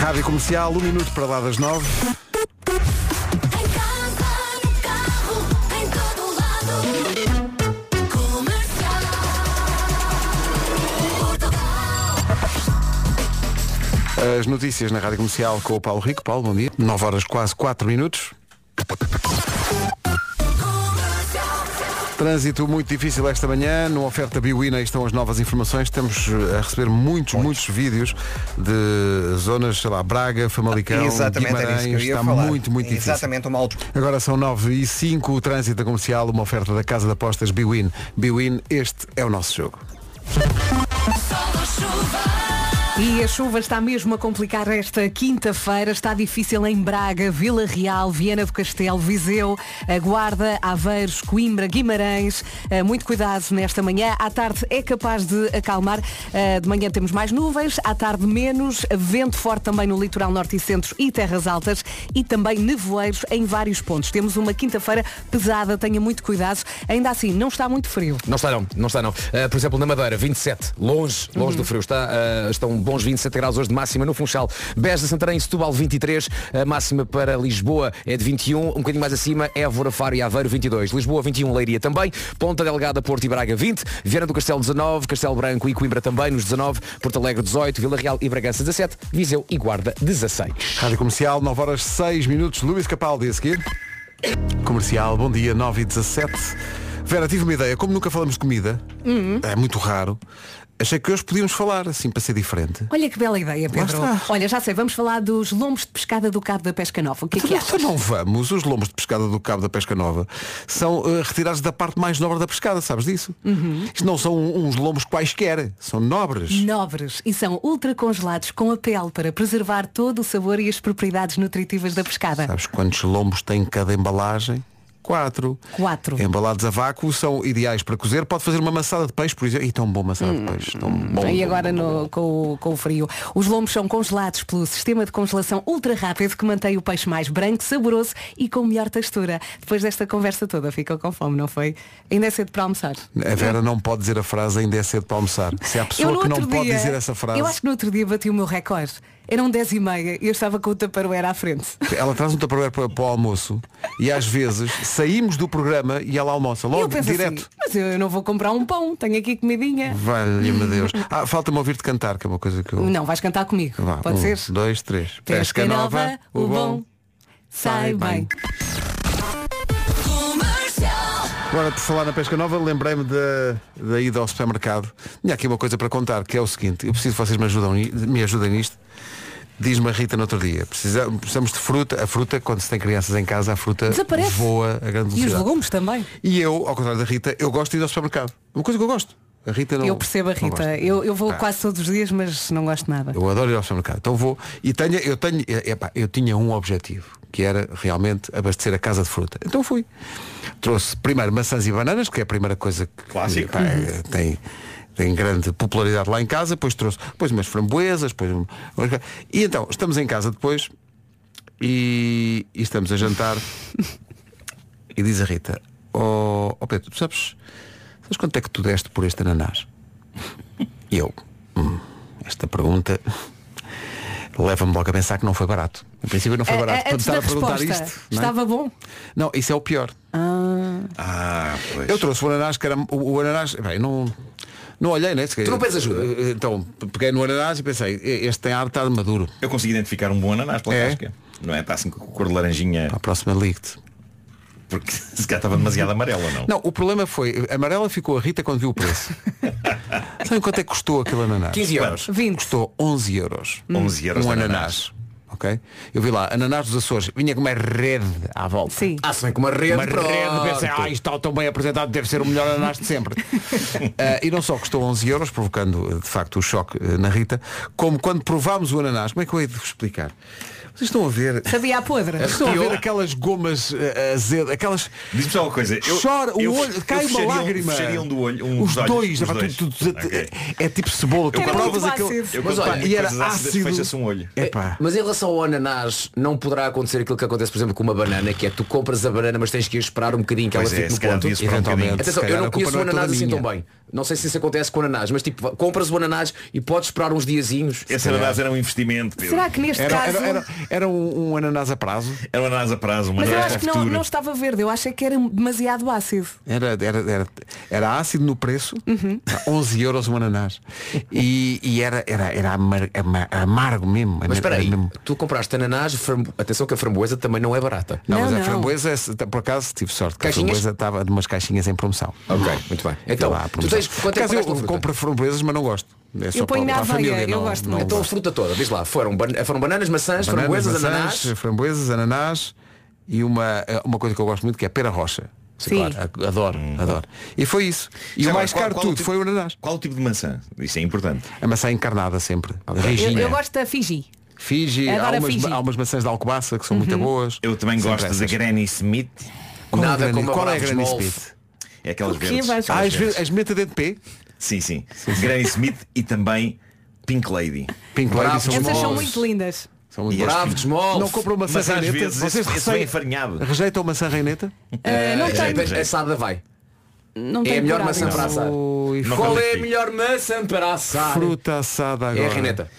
[SPEAKER 1] Rádio Comercial, um minuto para lá das nove.
[SPEAKER 6] Em casa, no carro, em todo lado. Comercial. Portugal.
[SPEAKER 1] As notícias na Rádio Comercial com o Paulo Rico. Paulo, bom dia. Nove horas, quase quatro minutos. Trânsito muito difícil esta manhã, numa oferta Biwin, aí estão as novas informações. Estamos eh, a receber muitos, muitos vídeos de zonas, sei lá, Braga, Famalicão,
[SPEAKER 2] Exatamente, era
[SPEAKER 1] Guimarães.
[SPEAKER 2] isso que eu ia
[SPEAKER 1] Está
[SPEAKER 2] falar.
[SPEAKER 1] muito, muito difícil.
[SPEAKER 2] Exatamente, uma altura.
[SPEAKER 1] Agora são 9 e 5, o trânsito da comercial, uma oferta da Casa de Apostas Biwin. Biwin, este é o nosso jogo.
[SPEAKER 3] E a chuva está mesmo a complicar esta quinta-feira. Está difícil em Braga, Vila Real, Viana do Castelo, Viseu, a Guarda, Aveiros, Coimbra, Guimarães. Eh, Muito cuidado nesta manhã. À tarde é capaz de acalmar. Eh, De manhã temos mais nuvens, à tarde menos. Vento forte também no litoral norte e centro e terras altas. E também nevoeiros em vários pontos. Temos uma quinta-feira pesada. Tenha muito cuidado. Ainda assim, não está muito frio.
[SPEAKER 4] Não está não, não está não. Ah, por exemplo, na Madeira, 27, longe, longe
[SPEAKER 3] Uhum.
[SPEAKER 4] do frio. Está, ah, estão bons 27 graus hoje de máxima no Funchal. Beja, Santarém, Setúbal, 23. A máxima para Lisboa é de 21. Um bocadinho mais acima, Évora, Faro e Aveiro, 22. Lisboa, 21, Leiria também. Ponta Delgada, Porto e Braga, 20. Viana do Castelo, 19. Castelo Branco e Coimbra também, nos 19. Porto Alegre, 18. Vila Real e Bragança, 17. Viseu e Guarda, 16.
[SPEAKER 1] Rádio Comercial, 9 horas 6 minutos, Luís Capaldi a seguir. Comercial, bom dia, 9 e 17. Vera, tive uma ideia, como nunca falamos de comida,
[SPEAKER 3] Uhum.
[SPEAKER 1] é muito raro, achei que hoje podíamos falar, assim, para ser diferente.
[SPEAKER 3] Olha que bela ideia, Pedro.
[SPEAKER 1] Lá
[SPEAKER 3] Olha, já sei, vamos falar dos lombos de pescada do Cabo da Pesca Nova. O que é que achas?
[SPEAKER 1] Então não vamos, os lombos de pescada do Cabo da Pesca Nova são eh, retirados da parte mais nobre da pescada, sabes disso?
[SPEAKER 3] Uhum.
[SPEAKER 1] Isto não são um, uns lombos quaisquer, são nobres.
[SPEAKER 3] Nobres e são ultra congelados com a pele para preservar todo o sabor e as propriedades nutritivas da pescada.
[SPEAKER 1] Sabes quantos lombos tem cada embalagem? Quatro.
[SPEAKER 3] Quatro.
[SPEAKER 1] Embalados a vácuo são ideais para cozer. Pode fazer uma maçada de peixe, por exemplo. E tão bom maçada
[SPEAKER 3] Hum.
[SPEAKER 1] de peixe. Tão bom.
[SPEAKER 3] e agora no- com, o, com o frio. Os lombos são congelados pelo sistema de congelação ultra rápido que mantém o peixe mais branco, saboroso e com melhor textura. Depois desta conversa toda, ficou com fome, não foi? Ainda é cedo para almoçar.
[SPEAKER 1] A Vera não pode dizer a frase ainda é cedo para almoçar. Se há pessoa
[SPEAKER 3] Eu, no
[SPEAKER 1] que não
[SPEAKER 3] outro
[SPEAKER 1] pode
[SPEAKER 3] dia-
[SPEAKER 1] dizer essa frase,
[SPEAKER 3] Eu acho que no outro dia bati o meu recorde. Eram 10 e meia e eu estava com o taparoeira à frente.
[SPEAKER 1] ela traz um taparoeiro para, para o almoço e às vezes saímos do programa e ela almoça
[SPEAKER 3] E eu
[SPEAKER 1] logo,
[SPEAKER 3] penso
[SPEAKER 1] direto.
[SPEAKER 3] assim, mas eu não vou comprar um pão, tenho aqui comidinha.
[SPEAKER 1] Valha-me Deus. Ah, falta-me ouvir-te cantar, que é uma coisa que eu.
[SPEAKER 3] Não, vais cantar comigo.
[SPEAKER 1] Vá,
[SPEAKER 3] Pode
[SPEAKER 1] um,
[SPEAKER 3] ser?
[SPEAKER 1] Dois, três. é
[SPEAKER 3] Pesca nova, o bom sai bem.
[SPEAKER 1] Agora, por falar na pesca nova, lembrei-me da, da ida ao supermercado. Tinha aqui uma coisa para contar, que é o seguinte. Eu preciso que vocês me, ajudam, ni- me ajudem nisto. Diz-me a Rita no outro dia. precisa- precisamos de fruta. A fruta, quando se tem crianças em casa, a fruta
[SPEAKER 3] Desaparece.
[SPEAKER 1] voa a grande
[SPEAKER 3] E os
[SPEAKER 1] velocidade.
[SPEAKER 3] legumes também.
[SPEAKER 1] E eu, ao contrário da Rita, eu gosto de ir ao supermercado. Uma coisa que eu gosto. A Rita não.
[SPEAKER 3] eu percebo a
[SPEAKER 1] não gosta.
[SPEAKER 3] Rita. Eu, eu vou
[SPEAKER 1] Tá.
[SPEAKER 3] quase todos os dias, mas não gosto nada.
[SPEAKER 1] Eu adoro ir ao supermercado. Então vou. E tenho, eu tenho, eh, epá, eu tinha um objetivo, que era realmente abastecer a casa de fruta. Então fui. Trouxe primeiro maçãs e bananas, que é a primeira coisa que Clássico. tem, tem grande popularidade lá em casa, depois trouxe depois umas framboesas, depois. um- umas- E então, estamos em casa depois e, e estamos a jantar. e diz a Rita, ó oh, Pedro, tu sabes, sabes quanto é que tu deste por este ananás? E eu, "Hum, esta pergunta leva-me logo a pensar que não foi barato. No princípio não foi
[SPEAKER 3] A- a-
[SPEAKER 1] barato para
[SPEAKER 3] antes
[SPEAKER 1] estar
[SPEAKER 3] da
[SPEAKER 1] a perguntar
[SPEAKER 3] resposta,
[SPEAKER 1] isto. não é?
[SPEAKER 3] estava bom?
[SPEAKER 1] Não, isso é o pior.
[SPEAKER 3] Ah.
[SPEAKER 1] Ah, pois. Eu trouxe o ananás, que era o, o ananás, bem, não, não olhei, né?
[SPEAKER 13] Tu não pedes ajuda?
[SPEAKER 1] Então, peguei no ananás e pensei, "E- este tem ar de estar maduro.
[SPEAKER 13] Eu consegui identificar um bom ananás pela
[SPEAKER 1] É?
[SPEAKER 13] casca. Não é? Está assim com a cor de laranjinha. A
[SPEAKER 1] próxima ligue-te.
[SPEAKER 13] Porque [LAUGHS] se calhar estava demasiado amarelo ou não?
[SPEAKER 1] Não, o problema foi, a amarela ficou a Rita quando viu o
[SPEAKER 3] [LAUGHS]
[SPEAKER 1] preço. Sabem quanto é que custou aquele ananás?
[SPEAKER 13] 15 euros.
[SPEAKER 3] 20.
[SPEAKER 1] Custou 11 euros.
[SPEAKER 13] 11 euros
[SPEAKER 1] Um
[SPEAKER 13] de
[SPEAKER 1] ananás. Ok? Eu vi lá, ananás dos Açores, vinha com uma rede à volta. Sim.
[SPEAKER 4] Ah, se bem com uma rede,
[SPEAKER 1] Uma
[SPEAKER 4] pronto.
[SPEAKER 1] rede, pensei, ah, isto está tão bem apresentado, deve ser o melhor ananás de sempre. [LAUGHS] Ah, e não só custou 11 euros, provocando eh, de facto o choque eh, na Rita, como quando provámos o ananás, como é que eu hei de vos explicar? Vocês estão a ver.
[SPEAKER 3] Sabia a podre.
[SPEAKER 1] Estão a ver aquelas gomas eh, azedas, aquelas.
[SPEAKER 13] Diz-me só uma coisa. Eu,
[SPEAKER 1] Chora,
[SPEAKER 13] eu-
[SPEAKER 1] o olho,
[SPEAKER 13] eu
[SPEAKER 1] cai uma
[SPEAKER 13] fecharia um-
[SPEAKER 1] lágrima.
[SPEAKER 13] fecharia um do olho, um
[SPEAKER 1] os
[SPEAKER 13] dos olhos,
[SPEAKER 1] dois,
[SPEAKER 13] os
[SPEAKER 1] epá, tu-
[SPEAKER 13] dois.
[SPEAKER 1] tu- tu-
[SPEAKER 13] Ok.
[SPEAKER 1] é, é tipo cebola, tu
[SPEAKER 13] Eu quando-
[SPEAKER 1] provas
[SPEAKER 13] eu
[SPEAKER 1] aquilo.
[SPEAKER 13] quando como
[SPEAKER 1] e era
[SPEAKER 13] coisas ácidas,
[SPEAKER 1] ácido.
[SPEAKER 13] fecha-se um olho.
[SPEAKER 1] Epá.
[SPEAKER 4] Mas em relação ao ananás, não poderá acontecer aquilo que acontece, por exemplo, com uma banana, que é tu compras a banana, mas tens que ir esperar um bocadinho que
[SPEAKER 13] Pois
[SPEAKER 4] ela
[SPEAKER 13] é,
[SPEAKER 4] fique
[SPEAKER 13] se
[SPEAKER 4] no
[SPEAKER 13] calhar
[SPEAKER 4] ponto.
[SPEAKER 13] devia esperar um bocadinho.
[SPEAKER 4] Atenção,
[SPEAKER 13] Se
[SPEAKER 4] eu
[SPEAKER 13] calhar
[SPEAKER 4] não
[SPEAKER 13] a culpa
[SPEAKER 4] conheço o
[SPEAKER 13] não é toda
[SPEAKER 4] ananás assim
[SPEAKER 13] minha.
[SPEAKER 4] tão bem. Não sei se isso acontece com ananás, mas tipo, compras o ananás e podes esperar uns diazinhos.
[SPEAKER 13] Esse ananás era um investimento. Pedro.
[SPEAKER 3] Será que neste
[SPEAKER 13] Era-
[SPEAKER 3] caso.
[SPEAKER 13] era- era-
[SPEAKER 1] Era um, um ananás a prazo?
[SPEAKER 13] Era um ananás a prazo, uma
[SPEAKER 3] mas eu
[SPEAKER 13] ananás para
[SPEAKER 3] acho que
[SPEAKER 13] o
[SPEAKER 3] não,
[SPEAKER 13] futuro.
[SPEAKER 3] não estava verde, eu achei que era demasiado ácido.
[SPEAKER 1] Era, era, era, era ácido no preço, pá, 11 euros um ananás. E, e era, era, era amar- ama- amargo mesmo.
[SPEAKER 4] Mas
[SPEAKER 1] era
[SPEAKER 13] É
[SPEAKER 4] espera aí,
[SPEAKER 1] mesmo.
[SPEAKER 4] tu compraste ananás, frambo- atenção que a framboesa também não é barata.
[SPEAKER 1] Não, mas a framboesa, se- tá- por acaso, tive sorte, que a
[SPEAKER 4] Caixinhas?
[SPEAKER 1] framboesa estava de umas caixinhas em promoção.
[SPEAKER 4] Ok, muito bem. Então,
[SPEAKER 1] lá, a
[SPEAKER 4] tu
[SPEAKER 1] promoção.
[SPEAKER 4] tens-
[SPEAKER 1] por
[SPEAKER 4] quanto é que
[SPEAKER 1] acaso
[SPEAKER 4] pagaste pela
[SPEAKER 1] eu
[SPEAKER 4] fruta?
[SPEAKER 1] compro framboesas, mas não gosto. É só para, para a família, não, não
[SPEAKER 4] Então a fruta toda, diz lá, foram, ban- foram bananas, maçãs,
[SPEAKER 1] Bananas,
[SPEAKER 4] framboesas,
[SPEAKER 1] é? maçãs,
[SPEAKER 4] ananás.
[SPEAKER 1] framboesas, ananás e uma, eh, uma coisa que eu gosto muito que é pera rocha. Sim. Claro, a- adoro, adoro. E foi isso. E o mais caro de tudo foi o ananás.
[SPEAKER 13] Qual o tipo de maçã? Isso é importante.
[SPEAKER 1] A maçã encarnada sempre.
[SPEAKER 3] Eu,
[SPEAKER 1] Rijinha.
[SPEAKER 3] eu gosto da Fiji.
[SPEAKER 1] Fiji,
[SPEAKER 3] Adoro
[SPEAKER 1] há
[SPEAKER 3] a
[SPEAKER 1] umas,
[SPEAKER 3] Fiji.
[SPEAKER 1] há umas maçãs de alcobaça que são muito
[SPEAKER 3] Uhum.
[SPEAKER 1] boas.
[SPEAKER 13] Eu também
[SPEAKER 1] Sempre
[SPEAKER 13] gosto da
[SPEAKER 1] essas.
[SPEAKER 13] Granny Smith.
[SPEAKER 1] Qual é a
[SPEAKER 13] Nada
[SPEAKER 1] Granny-
[SPEAKER 13] como a
[SPEAKER 1] qual é a
[SPEAKER 13] Bravo
[SPEAKER 1] Granny
[SPEAKER 13] Smolf.
[SPEAKER 1] Smith?
[SPEAKER 13] É aquelas
[SPEAKER 1] O quê,
[SPEAKER 13] verdes.
[SPEAKER 1] Vasco?
[SPEAKER 13] aquelas
[SPEAKER 1] Ah, as ver- as menta dentro de pé?
[SPEAKER 13] Sim, sim. Granny Smith e também Pink Lady.
[SPEAKER 1] Pink
[SPEAKER 13] Lady
[SPEAKER 3] Essas são muito lindas.
[SPEAKER 1] São
[SPEAKER 13] muito
[SPEAKER 1] Bravo,
[SPEAKER 13] boas.
[SPEAKER 1] Não comprou maçã
[SPEAKER 13] Mas às
[SPEAKER 1] reineta?
[SPEAKER 13] vezes
[SPEAKER 1] Vocês
[SPEAKER 13] esse, esse
[SPEAKER 1] receiam-
[SPEAKER 13] bem farinhado.
[SPEAKER 1] Rejeitam maçã reineta?
[SPEAKER 4] Eh,
[SPEAKER 1] não
[SPEAKER 4] rejeita,
[SPEAKER 13] é.
[SPEAKER 1] tenho.
[SPEAKER 4] Assada vai.
[SPEAKER 3] Ah, Não
[SPEAKER 4] é
[SPEAKER 1] tenho
[SPEAKER 4] a melhor
[SPEAKER 1] coragem.
[SPEAKER 4] maçã para assar.
[SPEAKER 1] Ui,
[SPEAKER 4] Qual
[SPEAKER 1] fruta.
[SPEAKER 4] é a melhor maçã para assar?
[SPEAKER 1] Fruta assada agora.
[SPEAKER 4] É a reineta.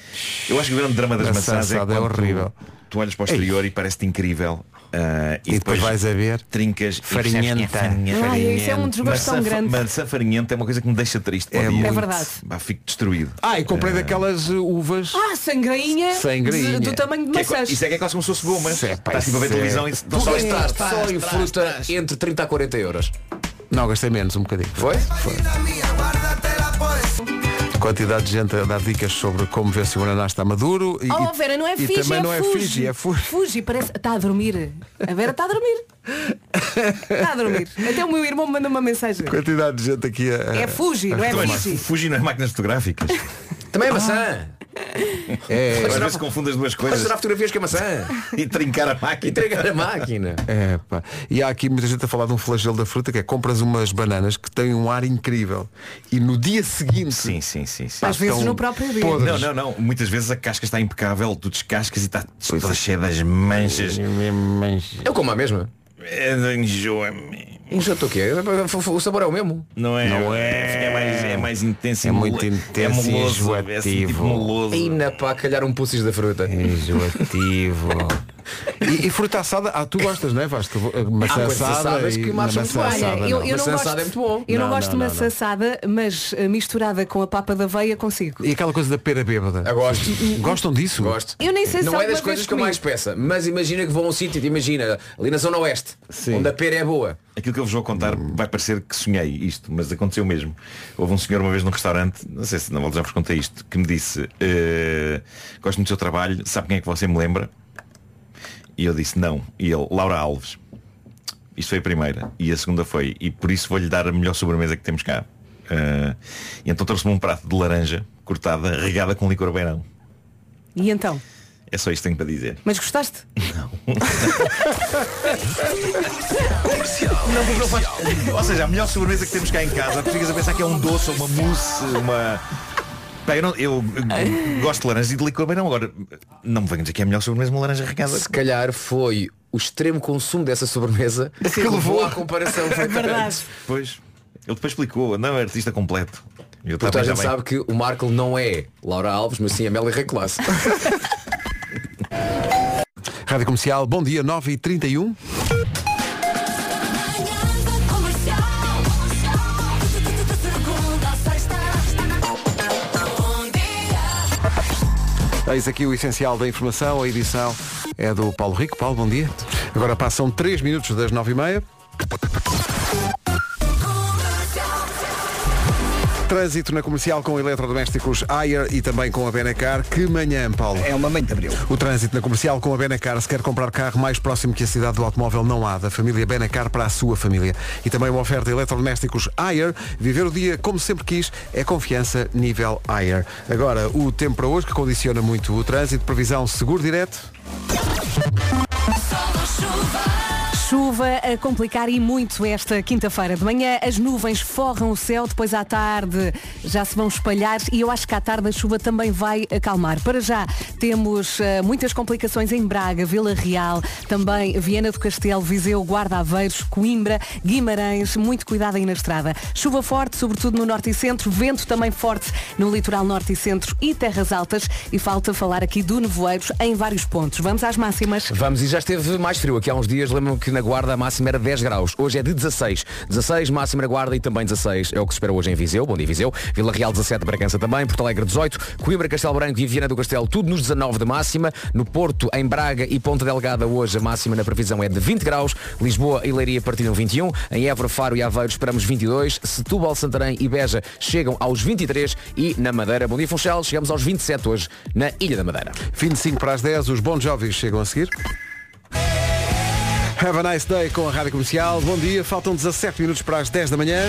[SPEAKER 13] Eu acho que o grande drama das
[SPEAKER 1] Maçã
[SPEAKER 13] maçãs é,
[SPEAKER 1] assada é
[SPEAKER 13] quando tu-
[SPEAKER 1] horrível. É
[SPEAKER 13] Tu olhas para o exterior e parece-te incrível. ah,
[SPEAKER 1] E depois vais a ver.
[SPEAKER 13] Trincas e percebes que
[SPEAKER 1] Farinhenta.
[SPEAKER 13] é farinha,
[SPEAKER 3] Ai,
[SPEAKER 13] farinhenta.
[SPEAKER 3] isso é um desgosto
[SPEAKER 13] Maçã
[SPEAKER 3] tão
[SPEAKER 13] fa-
[SPEAKER 3] grande.
[SPEAKER 13] Maçã farinhenta é uma coisa que me deixa triste.
[SPEAKER 1] É
[SPEAKER 13] É,
[SPEAKER 1] muito.
[SPEAKER 3] É verdade.
[SPEAKER 13] Bah, fico destruído.
[SPEAKER 1] Ah, e comprei daquelas uh, uvas.
[SPEAKER 3] Ah, sangrainha,
[SPEAKER 1] Sangrinha.
[SPEAKER 3] de- do tamanho de
[SPEAKER 13] Que é co-
[SPEAKER 3] maçãs.
[SPEAKER 13] isso é que é quase como se fosse gomas.
[SPEAKER 1] pá,
[SPEAKER 13] Estás tipo a
[SPEAKER 1] isso
[SPEAKER 13] ver
[SPEAKER 1] é-
[SPEAKER 13] televisão e
[SPEAKER 4] Tu
[SPEAKER 13] não só
[SPEAKER 4] gastaste
[SPEAKER 13] entraste.
[SPEAKER 4] só em fruta entre 30 a 40 euros.
[SPEAKER 1] Não, gastei menos um bocadinho.
[SPEAKER 4] Foi?
[SPEAKER 1] Quantidade de gente a dar dicas sobre como ver se o ananás está maduro. E,
[SPEAKER 3] Oh, Vera, não é
[SPEAKER 1] e
[SPEAKER 3] Fiji,
[SPEAKER 1] também
[SPEAKER 3] é
[SPEAKER 1] não é
[SPEAKER 3] Fuji.
[SPEAKER 1] Fiji, é Fuji.
[SPEAKER 3] Fuji, parece... Está a dormir. A Vera está a dormir. Está a dormir. Até o meu irmão me manda uma mensagem.
[SPEAKER 1] Quantidade de gente aqui a.
[SPEAKER 3] É Fuji, não é
[SPEAKER 13] Também,
[SPEAKER 3] Fiji.
[SPEAKER 13] Fuji não é máquinas fotográficas.
[SPEAKER 4] Também é maçã.
[SPEAKER 1] É,
[SPEAKER 13] Às vezes confundo as duas
[SPEAKER 4] Vais
[SPEAKER 13] coisas
[SPEAKER 4] tirar fotografias com a [LAUGHS] maçã.
[SPEAKER 13] e trincar a
[SPEAKER 4] E
[SPEAKER 13] máquina.
[SPEAKER 4] entregar a máquina.
[SPEAKER 1] É, pá. E há aqui muita gente a falar de um flagelo da fruta que é compras umas bananas que têm um ar incrível e no dia seguinte
[SPEAKER 13] Sim, sim, sim. sim.
[SPEAKER 3] Às vezes
[SPEAKER 1] estão
[SPEAKER 3] no próprio dia.
[SPEAKER 1] podres.
[SPEAKER 13] Não, não, não. Muitas vezes a casca está impecável, tu descascas e está
[SPEAKER 1] é.
[SPEAKER 13] toda cheia das manchas.
[SPEAKER 4] Eu como a mesma.
[SPEAKER 13] É, Enjoa-me.
[SPEAKER 4] Enjoa-te o quê? O sabor é o mesmo.
[SPEAKER 13] Não é?
[SPEAKER 1] Não é.
[SPEAKER 13] É mais, é mais intenso. e
[SPEAKER 1] É
[SPEAKER 13] mole-
[SPEAKER 1] muito intenso e
[SPEAKER 13] É moloso. É assim,
[SPEAKER 1] enjoativo.
[SPEAKER 13] tipo moloso.
[SPEAKER 4] E na pá, calhar um pulsis da fruta.
[SPEAKER 1] Enjoativo. [LAUGHS] e, e fruta assada, ah, tu gostas, não é Vasco? Eh, Maçã
[SPEAKER 4] Há coisas
[SPEAKER 1] assada
[SPEAKER 4] assadas
[SPEAKER 1] e
[SPEAKER 4] que marcham
[SPEAKER 1] maçã
[SPEAKER 4] muito bem.
[SPEAKER 1] assada,
[SPEAKER 3] Olha,
[SPEAKER 1] não.
[SPEAKER 3] eu, eu não
[SPEAKER 4] Maçã
[SPEAKER 3] gosto,
[SPEAKER 4] assada é muito bom.
[SPEAKER 3] Eu não,
[SPEAKER 1] Não,
[SPEAKER 3] gosto de
[SPEAKER 1] não, não,
[SPEAKER 3] maçã
[SPEAKER 1] não.
[SPEAKER 3] assada, mas eh, misturada com a papa da aveia consigo.
[SPEAKER 1] E aquela coisa da pera bêbada.
[SPEAKER 4] Eu gosto.
[SPEAKER 1] Gostam disso?
[SPEAKER 4] [LAUGHS] Gosto.
[SPEAKER 3] Eu nem sei se
[SPEAKER 4] não é
[SPEAKER 3] alguma
[SPEAKER 4] das
[SPEAKER 3] vez
[SPEAKER 4] coisas que eu
[SPEAKER 3] comi.
[SPEAKER 4] mais peço, mas imagina que vão a um sítio, imagina, ali na Zona Oeste,
[SPEAKER 1] Sim.
[SPEAKER 4] onde a pera é boa.
[SPEAKER 13] Aquilo que eu vos vou contar
[SPEAKER 1] Hum.
[SPEAKER 13] vai parecer que sonhei isto, mas aconteceu mesmo. Houve um senhor uma vez num restaurante, não sei se na volta já vos contei isto, que me disse, eh, gosto muito do seu trabalho, sabe quem é que você me lembra? E eu disse, não. E ele, Laura Alves. Isto foi a primeira. E a segunda foi, e por isso vou-lhe dar a melhor sobremesa que temos cá. Eh, e então trouxe-me um prato de laranja cortada, regada com licor beirão.
[SPEAKER 3] E então?
[SPEAKER 13] É só isto que tenho para dizer.
[SPEAKER 3] Mas
[SPEAKER 4] [LAUGHS]
[SPEAKER 3] gostaste?
[SPEAKER 13] Ou seja, a melhor sobremesa que temos cá em casa, tu ficas a pensar que é um doce, ou uma mousse, uma. Pá, eu, não- eu, eu gosto de laranjas e de licor, mas não, agora não me venham dizer que é a melhor sobremesa uma laranja regada.
[SPEAKER 4] Se calhar foi o extremo consumo dessa sobremesa que levou à
[SPEAKER 3] [LAUGHS]
[SPEAKER 4] comparação. É
[SPEAKER 3] verdade.
[SPEAKER 13] Depois, ele depois explicou, não é artista completo. Eu
[SPEAKER 4] Porque toda a
[SPEAKER 13] também,
[SPEAKER 4] gente
[SPEAKER 13] também.
[SPEAKER 4] sabe que o Marco não é Laura Alves, mas sim Amélia Reclasse.
[SPEAKER 1] Rádio Comercial, bom dia, 9h31. Eis aqui o essencial da informação, a edição é do Paulo Rico. Paulo, bom dia. Agora passam 3 minutos das 9h30. Trânsito na comercial com eletrodomésticos Ayer e também com a Benacar. Que manhã, Paulo.
[SPEAKER 2] É uma mãe de abril.
[SPEAKER 1] O trânsito na comercial com a Benacar. Se quer comprar carro mais próximo que a cidade do automóvel, não há. Da família Benacar para a sua família. E também uma oferta de eletrodomésticos Ayer. Viver o dia como sempre quis é confiança nível Ayer. Agora, o tempo para hoje que condiciona muito o trânsito. Previsão seguro direto.
[SPEAKER 3] Chuva a complicar e muito esta quinta-feira de manhã. As nuvens forram o céu, depois à tarde já se vão espalhar e eu acho que à tarde a chuva também vai acalmar. Para já temos eh, muitas complicações em Braga, Vila Real, também Viena do Castelo, Viseu, Guarda Aveiros, Coimbra, Guimarães. Muito cuidado aí na estrada. Chuva forte, sobretudo no norte e centro, vento também forte no litoral norte e centro e terras altas. E falta falar aqui do nevoeiro em vários pontos. Vamos às máximas.
[SPEAKER 4] Vamos, e já esteve mais frio aqui há uns dias. Lembram que na Guarda a máxima era 10 graus. Hoje é de 16. 16 máxima na Guarda e também 16 é o que se espera hoje em Viseu. Bom dia, Viseu. Vila Real 17, Bragança também. Porto Alegre 18. Coimbra, Castelo Branco e Viana do Castelo, tudo nos 19 de máxima. No Porto, em Braga e Ponta Delgada, hoje a máxima na previsão é de 20 graus. Lisboa e Leiria partilham 21. Em Évora, Faro e Aveiro esperamos 22. Setúbal, Santarém e Beja chegam aos 23. E na Madeira, Bom dia, Funchal, chegamos aos 27 hoje na Ilha da Madeira.
[SPEAKER 1] 25 para as 10, os bons jovens chegam a seguir. Have a nice day com a Rádio Comercial. Bom dia, faltam 17 minutos para as 10 da manhã.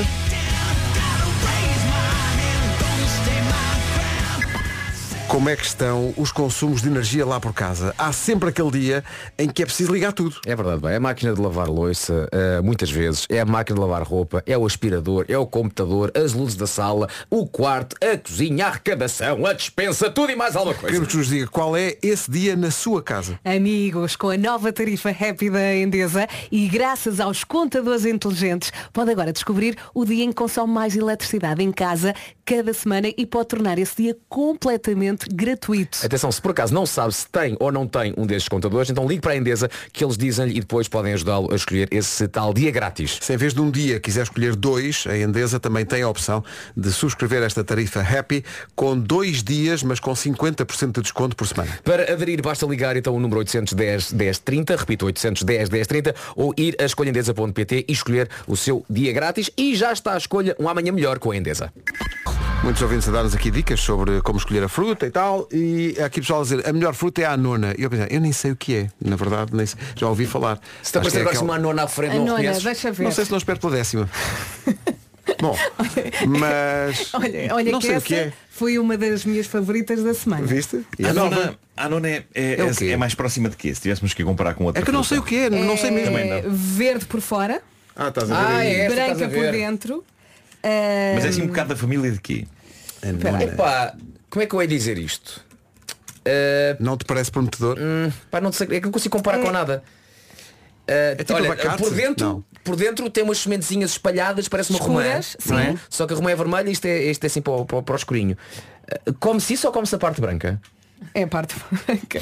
[SPEAKER 1] Como é que estão os consumos de energia lá por casa? Há sempre aquele dia em que é preciso ligar tudo.
[SPEAKER 4] É verdade, bem. É a máquina de lavar louça, eh, muitas vezes. É a máquina de lavar roupa, é o aspirador, é o computador, as luzes da sala, o quarto, a cozinha, a arrecadação, a dispensa, tudo e mais alguma coisa.
[SPEAKER 1] Queremos que nos diga qual é esse dia na sua casa.
[SPEAKER 3] Amigos, com a nova tarifa Happy da Endesa e graças aos contadores inteligentes, pode agora descobrir o dia em que consome mais eletricidade em casa cada semana e pode tornar esse dia completamente gratuito.
[SPEAKER 4] Atenção, se por acaso não sabe se tem ou não tem um destes contadores, então ligue para a Endesa que eles dizem-lhe e depois podem ajudá-lo a escolher esse tal dia grátis.
[SPEAKER 1] Se em vez de um dia quiser escolher dois, a Endesa também tem a opção de subscrever esta tarifa Happy com dois dias, mas com 50% de desconto por semana.
[SPEAKER 4] Para aderir, basta ligar então o número 810 1030, repito, 810 1030, ou ir a escolhendesa.pt e escolher o seu dia grátis e já está a escolha um amanhã melhor com a Endesa.
[SPEAKER 1] Muitos ouvintes a dar-nos aqui dicas sobre como escolher a fruta e tal, e há aqui pessoal a dizer, a melhor fruta é a nona. E eu pensei, eu nem sei o que é, na verdade, nem sei. já ouvi falar.
[SPEAKER 4] Se te
[SPEAKER 1] Acho que
[SPEAKER 4] aparecer
[SPEAKER 1] é
[SPEAKER 4] agora assim
[SPEAKER 1] aquela-
[SPEAKER 4] uma nona à frente,
[SPEAKER 3] A
[SPEAKER 4] não
[SPEAKER 3] nona,
[SPEAKER 4] reconheces?
[SPEAKER 3] Ah, deixa ver.
[SPEAKER 1] Não
[SPEAKER 3] [LAUGHS]
[SPEAKER 1] sei se não espero pela décima. Bom, mas
[SPEAKER 3] [LAUGHS] Olha, olha
[SPEAKER 1] não
[SPEAKER 3] que
[SPEAKER 1] sei
[SPEAKER 3] essa
[SPEAKER 1] o que é.
[SPEAKER 3] foi uma das minhas favoritas da semana.
[SPEAKER 1] Viste?
[SPEAKER 13] A
[SPEAKER 1] a
[SPEAKER 13] nona,
[SPEAKER 1] nova?
[SPEAKER 13] a nona é, é-
[SPEAKER 1] É o
[SPEAKER 13] é-
[SPEAKER 1] quê?
[SPEAKER 13] é mais próxima de quê? Se tivéssemos que comparar com outra
[SPEAKER 1] É que eu não sei o que é, não sei mesmo.
[SPEAKER 13] Também não.
[SPEAKER 3] verde por fora,
[SPEAKER 1] Ah, estás
[SPEAKER 13] a ver
[SPEAKER 4] Ah,
[SPEAKER 13] aí.
[SPEAKER 4] é essa,
[SPEAKER 3] branca
[SPEAKER 4] estás a
[SPEAKER 3] por
[SPEAKER 4] ver.
[SPEAKER 3] dentro.
[SPEAKER 13] Mas é
[SPEAKER 3] ah,
[SPEAKER 13] assim um bocado da família de quê?
[SPEAKER 4] Epá, como é que eu ia dizer isto? Eh,
[SPEAKER 1] Não te parece prometedor?
[SPEAKER 4] pá, não sei, é que não consigo comparar com nada. Eh,
[SPEAKER 1] tipo
[SPEAKER 4] olha,
[SPEAKER 1] abacate?
[SPEAKER 4] por dentro,
[SPEAKER 1] Não.
[SPEAKER 4] por dentro tem umas sementezinhas espalhadas, parece uma romã.
[SPEAKER 3] Escuras,
[SPEAKER 4] não é?
[SPEAKER 3] sim.
[SPEAKER 4] Só que a romã é vermelha e isto é, isto é assim para o, para o- para o escurinho. Eh, come-se isso ou come-se a parte branca?
[SPEAKER 3] É parte [LAUGHS] branca.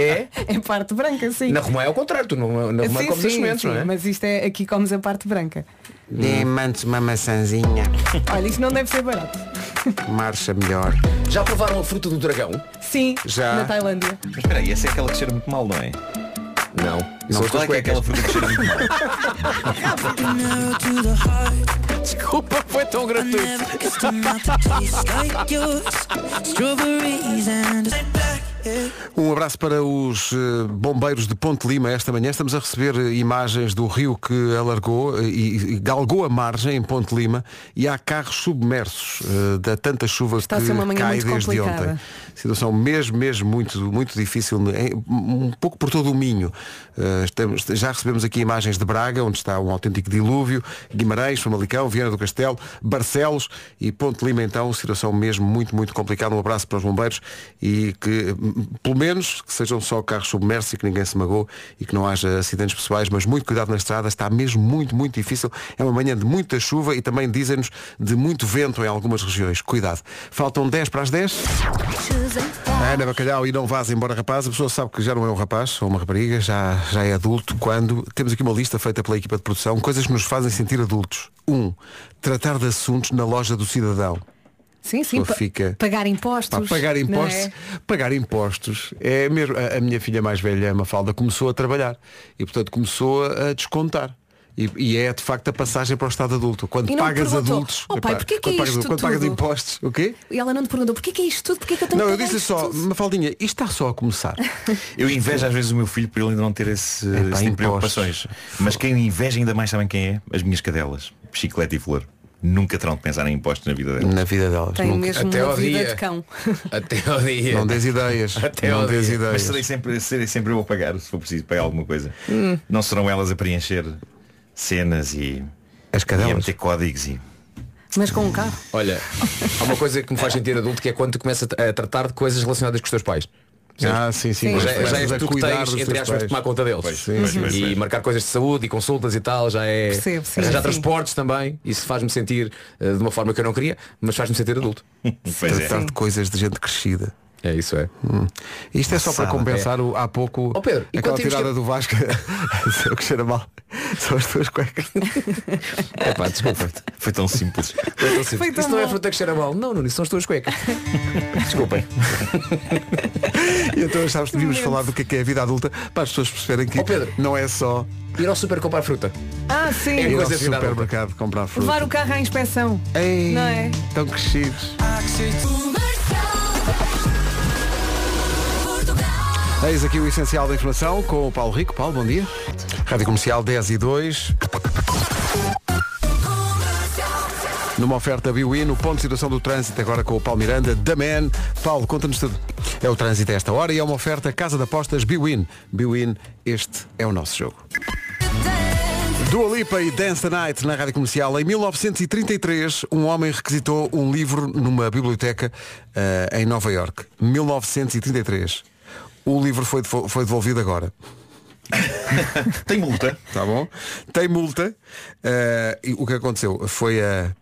[SPEAKER 4] É?
[SPEAKER 3] É parte branca, sim.
[SPEAKER 4] Na romã é ao contrário, tu não, na
[SPEAKER 1] um
[SPEAKER 4] romã
[SPEAKER 3] Sim,
[SPEAKER 4] comes as
[SPEAKER 3] sim,
[SPEAKER 4] sementes,
[SPEAKER 3] sim,
[SPEAKER 4] não é?
[SPEAKER 3] Mas isto é aqui comes a parte branca.
[SPEAKER 1] Diamantes, uma maçãzinha.
[SPEAKER 3] Olha, isto não deve ser barato.
[SPEAKER 1] Marcha melhor.
[SPEAKER 4] Já provaram a fruta do dragão?
[SPEAKER 3] Sim,
[SPEAKER 1] Já.
[SPEAKER 3] na Tailândia.
[SPEAKER 13] Mas espera aí, essa é aquela que cheira muito mal, não é?
[SPEAKER 4] Não.
[SPEAKER 13] Não,
[SPEAKER 4] São as
[SPEAKER 13] qual
[SPEAKER 4] tuas
[SPEAKER 13] é que é
[SPEAKER 4] cuecas.
[SPEAKER 13] aquela fruta que cheira muito mal?
[SPEAKER 4] Desculpa, foi tão gratuito.
[SPEAKER 1] Um abraço para os eh, bombeiros de Ponte Lima esta manhã. Estamos a receber eh, imagens do rio que alargou eh, e, e galgou a margem em Ponte Lima e há carros submersos eh, da tanta chuva
[SPEAKER 3] Está a
[SPEAKER 1] que
[SPEAKER 3] ser uma manhã
[SPEAKER 1] cai
[SPEAKER 3] muito
[SPEAKER 1] desde
[SPEAKER 3] complicada.
[SPEAKER 1] ontem. Situação mesmo, mesmo muito, muito difícil, eh, um pouco por todo o Minho. Eh, estamos- já recebemos aqui imagens de Braga, onde está um autêntico dilúvio, Guimarães, Famalicão, Viana do Castelo, Barcelos e Ponte Lima, então, situação mesmo muito, muito complicada. Um abraço para os bombeiros e que, hum, pelo menos, que sejam só carros submersos e que ninguém se magoou e que não haja acidentes pessoais, mas muito cuidado na estrada, está mesmo muito, muito difícil. É uma manhã de muita chuva e também, dizem-nos, de muito vento em algumas regiões. Cuidado. Faltam 10 para as 10. A Ana Ah, Bacalhau e não vás embora rapaz, a pessoa sabe que já não é um rapaz ou uma rapariga, já, já é adulto quando temos aqui uma lista feita pela equipa de produção, coisas que nos fazem sentir adultos. Um, tratar de assuntos na loja do cidadão.
[SPEAKER 3] Sim, sim.
[SPEAKER 1] Só
[SPEAKER 3] pa-
[SPEAKER 1] fica-
[SPEAKER 3] Pagar impostos.
[SPEAKER 1] Pá, pagar
[SPEAKER 3] não
[SPEAKER 1] impostos,
[SPEAKER 3] é?
[SPEAKER 1] pagar impostos é mesmo. A, a minha filha mais velha, a Mafalda, começou a trabalhar e portanto começou a, a descontar. E, e é de facto a passagem para o estado adulto. Quando
[SPEAKER 3] E não
[SPEAKER 1] pagas
[SPEAKER 3] perguntou,
[SPEAKER 1] adultos,
[SPEAKER 3] "Oh, pai,
[SPEAKER 1] epá,
[SPEAKER 3] porquê que
[SPEAKER 1] quando,
[SPEAKER 3] é
[SPEAKER 1] pagas,
[SPEAKER 3] isto
[SPEAKER 1] quando pagas
[SPEAKER 3] tudo?"
[SPEAKER 1] impostos, o quê?
[SPEAKER 3] E ela não te perguntou, porquê que é isto tudo? Porquê que eu tenho
[SPEAKER 1] Não,
[SPEAKER 3] que
[SPEAKER 1] eu
[SPEAKER 3] pagar
[SPEAKER 1] disse
[SPEAKER 3] isto
[SPEAKER 1] só,
[SPEAKER 3] tudo?"
[SPEAKER 1] Mafaldinha, isto está só a
[SPEAKER 3] [LAUGHS]
[SPEAKER 1] começar.
[SPEAKER 13] Eu invejo às vezes o meu filho por ele ainda não ter esse, esse tipo
[SPEAKER 1] impostos.
[SPEAKER 13] de preocupações. Mas quem o inveja ainda mais sabem quem é? As minhas cadelas, Chiclete e Flor. Nunca terão de pensar em impostos na vida delas.
[SPEAKER 1] Na vida delas.
[SPEAKER 3] Tem
[SPEAKER 1] nunca.
[SPEAKER 3] mesmo
[SPEAKER 4] Até
[SPEAKER 3] uma
[SPEAKER 4] ao
[SPEAKER 3] vida
[SPEAKER 4] dia.
[SPEAKER 3] de cão.
[SPEAKER 4] Até ao dia.
[SPEAKER 1] Não dês ideias.
[SPEAKER 4] [LAUGHS] Até
[SPEAKER 1] não é
[SPEAKER 4] ao
[SPEAKER 1] dês
[SPEAKER 4] dia.
[SPEAKER 13] Mas
[SPEAKER 1] ideias.
[SPEAKER 13] serei sempre, serei sempre eu a pagar se for preciso pagar alguma coisa. Não serão elas a preencher cenas e,
[SPEAKER 1] As
[SPEAKER 13] e a
[SPEAKER 1] cadelas.
[SPEAKER 4] tipo,
[SPEAKER 13] meter códigos e. [LAUGHS]
[SPEAKER 3] Mas com um carro.
[SPEAKER 4] Olha, há uma coisa que me faz sentir adulto que é quando tu começas a tratar de coisas relacionadas com os teus pais.
[SPEAKER 1] Ah, sim, sim.
[SPEAKER 3] Sim.
[SPEAKER 1] mas
[SPEAKER 4] Já, é-
[SPEAKER 1] começas
[SPEAKER 4] já és
[SPEAKER 1] a
[SPEAKER 4] tu que
[SPEAKER 1] cuidar
[SPEAKER 4] tens,
[SPEAKER 1] dos
[SPEAKER 4] entre
[SPEAKER 1] teus
[SPEAKER 4] aspas, de
[SPEAKER 1] pais.
[SPEAKER 4] tomar conta deles.
[SPEAKER 13] Pois, Sim, pois,
[SPEAKER 4] e
[SPEAKER 13] pois, pois.
[SPEAKER 4] marcar coisas de saúde e consultas e tal, já é.
[SPEAKER 3] Percebo, sim,
[SPEAKER 4] já
[SPEAKER 3] sim.
[SPEAKER 4] transportes também. Isso faz-me sentir eh, de uma forma que eu não queria, mas faz-me sentir adulto.
[SPEAKER 13] Pois é.
[SPEAKER 1] Tratar de coisas de gente crescida.
[SPEAKER 4] É isso, é.
[SPEAKER 1] Isto é só para
[SPEAKER 13] Sabe,
[SPEAKER 1] compensar o, há pouco
[SPEAKER 4] Ó, Pedro, e
[SPEAKER 1] aquela
[SPEAKER 4] quando temos
[SPEAKER 1] tirada
[SPEAKER 4] que-
[SPEAKER 1] do Vasco. [LAUGHS] o que cheira mal são as tuas
[SPEAKER 4] [LAUGHS]
[SPEAKER 1] cuecas.
[SPEAKER 4] Epá,
[SPEAKER 3] [LAUGHS]
[SPEAKER 4] desculpa.
[SPEAKER 13] Foi tão simples.
[SPEAKER 4] Isso
[SPEAKER 3] Foi tão
[SPEAKER 4] não é
[SPEAKER 3] bom.
[SPEAKER 4] fruta que cheira mal. Não, Nuno, isso são as
[SPEAKER 3] [LAUGHS]
[SPEAKER 4] tuas cuecas. Desculpem.
[SPEAKER 1] E então sabes, devíamos falar do que é, que é a vida adulta para as pessoas perceberem que
[SPEAKER 4] Ó, Pedro.
[SPEAKER 1] não é só
[SPEAKER 4] Ir ao super comprar fruta.
[SPEAKER 3] Ah, sim.
[SPEAKER 4] É
[SPEAKER 1] ir ao
[SPEAKER 4] coisa de vida adulta.
[SPEAKER 1] supermercado comprar fruta.
[SPEAKER 3] Levar o carro à inspeção.
[SPEAKER 1] Ei,
[SPEAKER 3] Não é?
[SPEAKER 1] Tão crescidos. Eis aqui o essencial da informação com o Paulo Rico. Paulo, bom dia. Rádio Comercial 10 e 2. Numa oferta Biwin, o ponto de situação do trânsito agora com o Paulo Miranda, da Man. Paulo, conta-nos tudo. É o trânsito a esta hora e é uma oferta Casa de Apostas Biwin. Biwin, este é o nosso jogo. Dua Lipa e Dance the Night na Rádio Comercial. Em 1933, um homem requisitou um livro numa biblioteca eh, em Nova York. 1933. O livro foi, devo- foi devolvido agora.
[SPEAKER 13] Tem multa.
[SPEAKER 1] Tá bom? Tem multa. Eh, e o que aconteceu foi a.